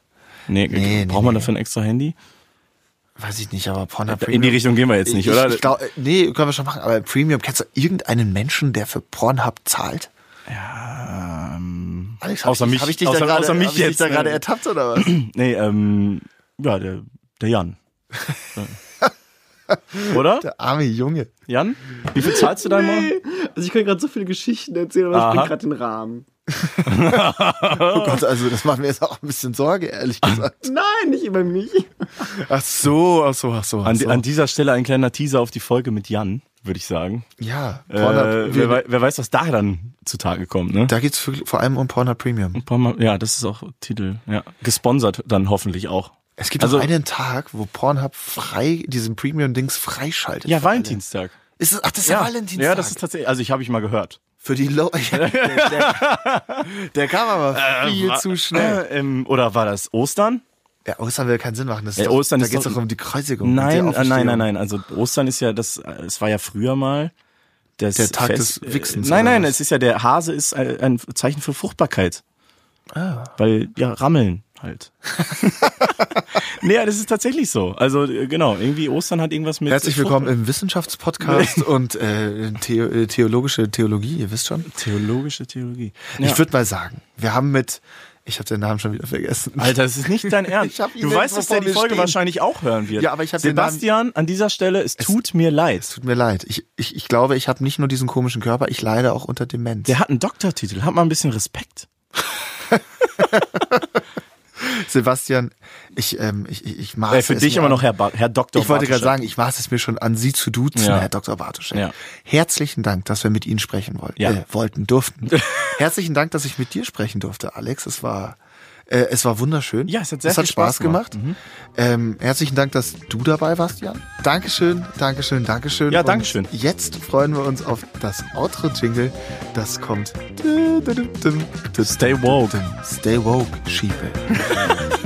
Nee,
Nee, nee,
braucht man
nee.
dafür ein extra Handy?
Weiß ich nicht, aber Pornhub
In die Richtung gehen wir jetzt nicht,
ich,
oder?
Ich glaub, äh, nee, können wir schon machen. Aber Premium, kennst du irgendeinen Menschen, der für Pornhub zahlt?
ähm,
Alex,
Außer
ich,
mich.
Hab ich dich
Außer-
da gerade,
außer mich
hab ich dich
jetzt,
da
ne?
gerade ertappt oder (laughs) was?
nee, ähm, ja, der,
(laughs)
der Jan. oder?
Der arme Junge.
Jan? Wie viel zahlst du da immer?
Also ich könnte gerade so viele Geschichten erzählen, aber
Aha.
ich bringe gerade den Rahmen.
Oh Gott, also das macht mir jetzt auch ein bisschen Sorge, ehrlich gesagt.
Nein, nicht über mich.
Ach so, ach so, ach so. Ach
An,
so.
an dieser Stelle ein kleiner Teaser auf die Folge mit Jan, würde ich sagen.
ja,
Äh,
Pornhub.
wer,
wir,
wei- wer weiß, was da dann zutage kommt, ne?
da geht's für- vor allem um Pornhub Premium.
Ja, das ist auch Titel. Ja. Gesponsert dann hoffentlich auch.
Es gibt
Also-
also, einen Tag, wo Pornhub frei diesen Premium-Dings freischaltet.
Ja,
für alle.
Valentinstag.
Ist es, ach, das ist
Ja,
Valentinstag.
Ja, das ist tatsächlich. Also ich habe ich mal gehört.
Für die Low. Ja, der,
(laughs)
der, der kam aber viel zu schnell.
Äh, ähm, oder war das Ostern?
Ja, Ostern will keinen Sinn machen. Das ist
Ey,
doch,
Ostern
da
ist
geht's
doch-
doch um die Kreuzigung. und die
Nein, äh, nein,
Auferstehung.
nein, nein. Also Ostern ist ja das. äh, Es war ja früher mal. Das
Der Tag
Fest-
des Wichsens,
Äh, Nein,
oder
nein,
was?
es ist ja der Hase ist ein, ein Zeichen für Fruchtbarkeit. Ah. Weil ja rammeln halt. (laughs) naja, das ist tatsächlich so. Also äh, genau, irgendwie Ostern hat irgendwas mit
Herzlich willkommen im Wissenschaftspodcast und äh, Theo äh, theologische Theologie, ihr wisst schon.
Theologische Theologie.
Ich würde mal sagen, wir haben mit, ich habe den Namen schon wieder vergessen.
Alter, das ist nicht
(laughs)
dein Ernst.
Ich hab ihn
du
nirgendwo
weißt, dass der
vor
die
mir
Folge
stehen.
wahrscheinlich auch hören wird.
Ja, aber ich hab den Namen-
Sebastian, an dieser Stelle, es, tut mir leid.
Tut mir leid. Ich, ich, ich glaube, ich habe nicht nur diesen komischen Körper, ich leide auch unter Demenz.
Der hat einen Doktortitel, hat mal ein bisschen Respekt.
Sebastian, ich, ähm, ich, ich, ich maß
Äh, für
es
dich
mir
immer
an.
noch Herr, ba Herr Doktor.
Ich wollte gerade sagen,
Bartuschek.
ich maß es mir schon an, Sie zu duzen,
Ja.
Herr Dr. Bartuschek.
Ja.
Herzlichen Dank, dass wir mit Ihnen sprechen wollten,
Ja.
äh, wollten
(laughs)
durften. Herzlichen Dank, dass ich mit dir sprechen durfte, Alex. Es war, äh, es war wunderschön.
Ja, es hat sehr
es hat
viel
Spaß
Spaß
gemacht. Ähm, herzlichen Dank, dass du dabei warst, Jan. Dankeschön, Dankeschön, Dankeschön.
Ja,
Und
Dankeschön.
Jetzt freuen wir uns auf das Outro-Jingle. Das kommt.
Stay woke.
Stay woke, Sheeple.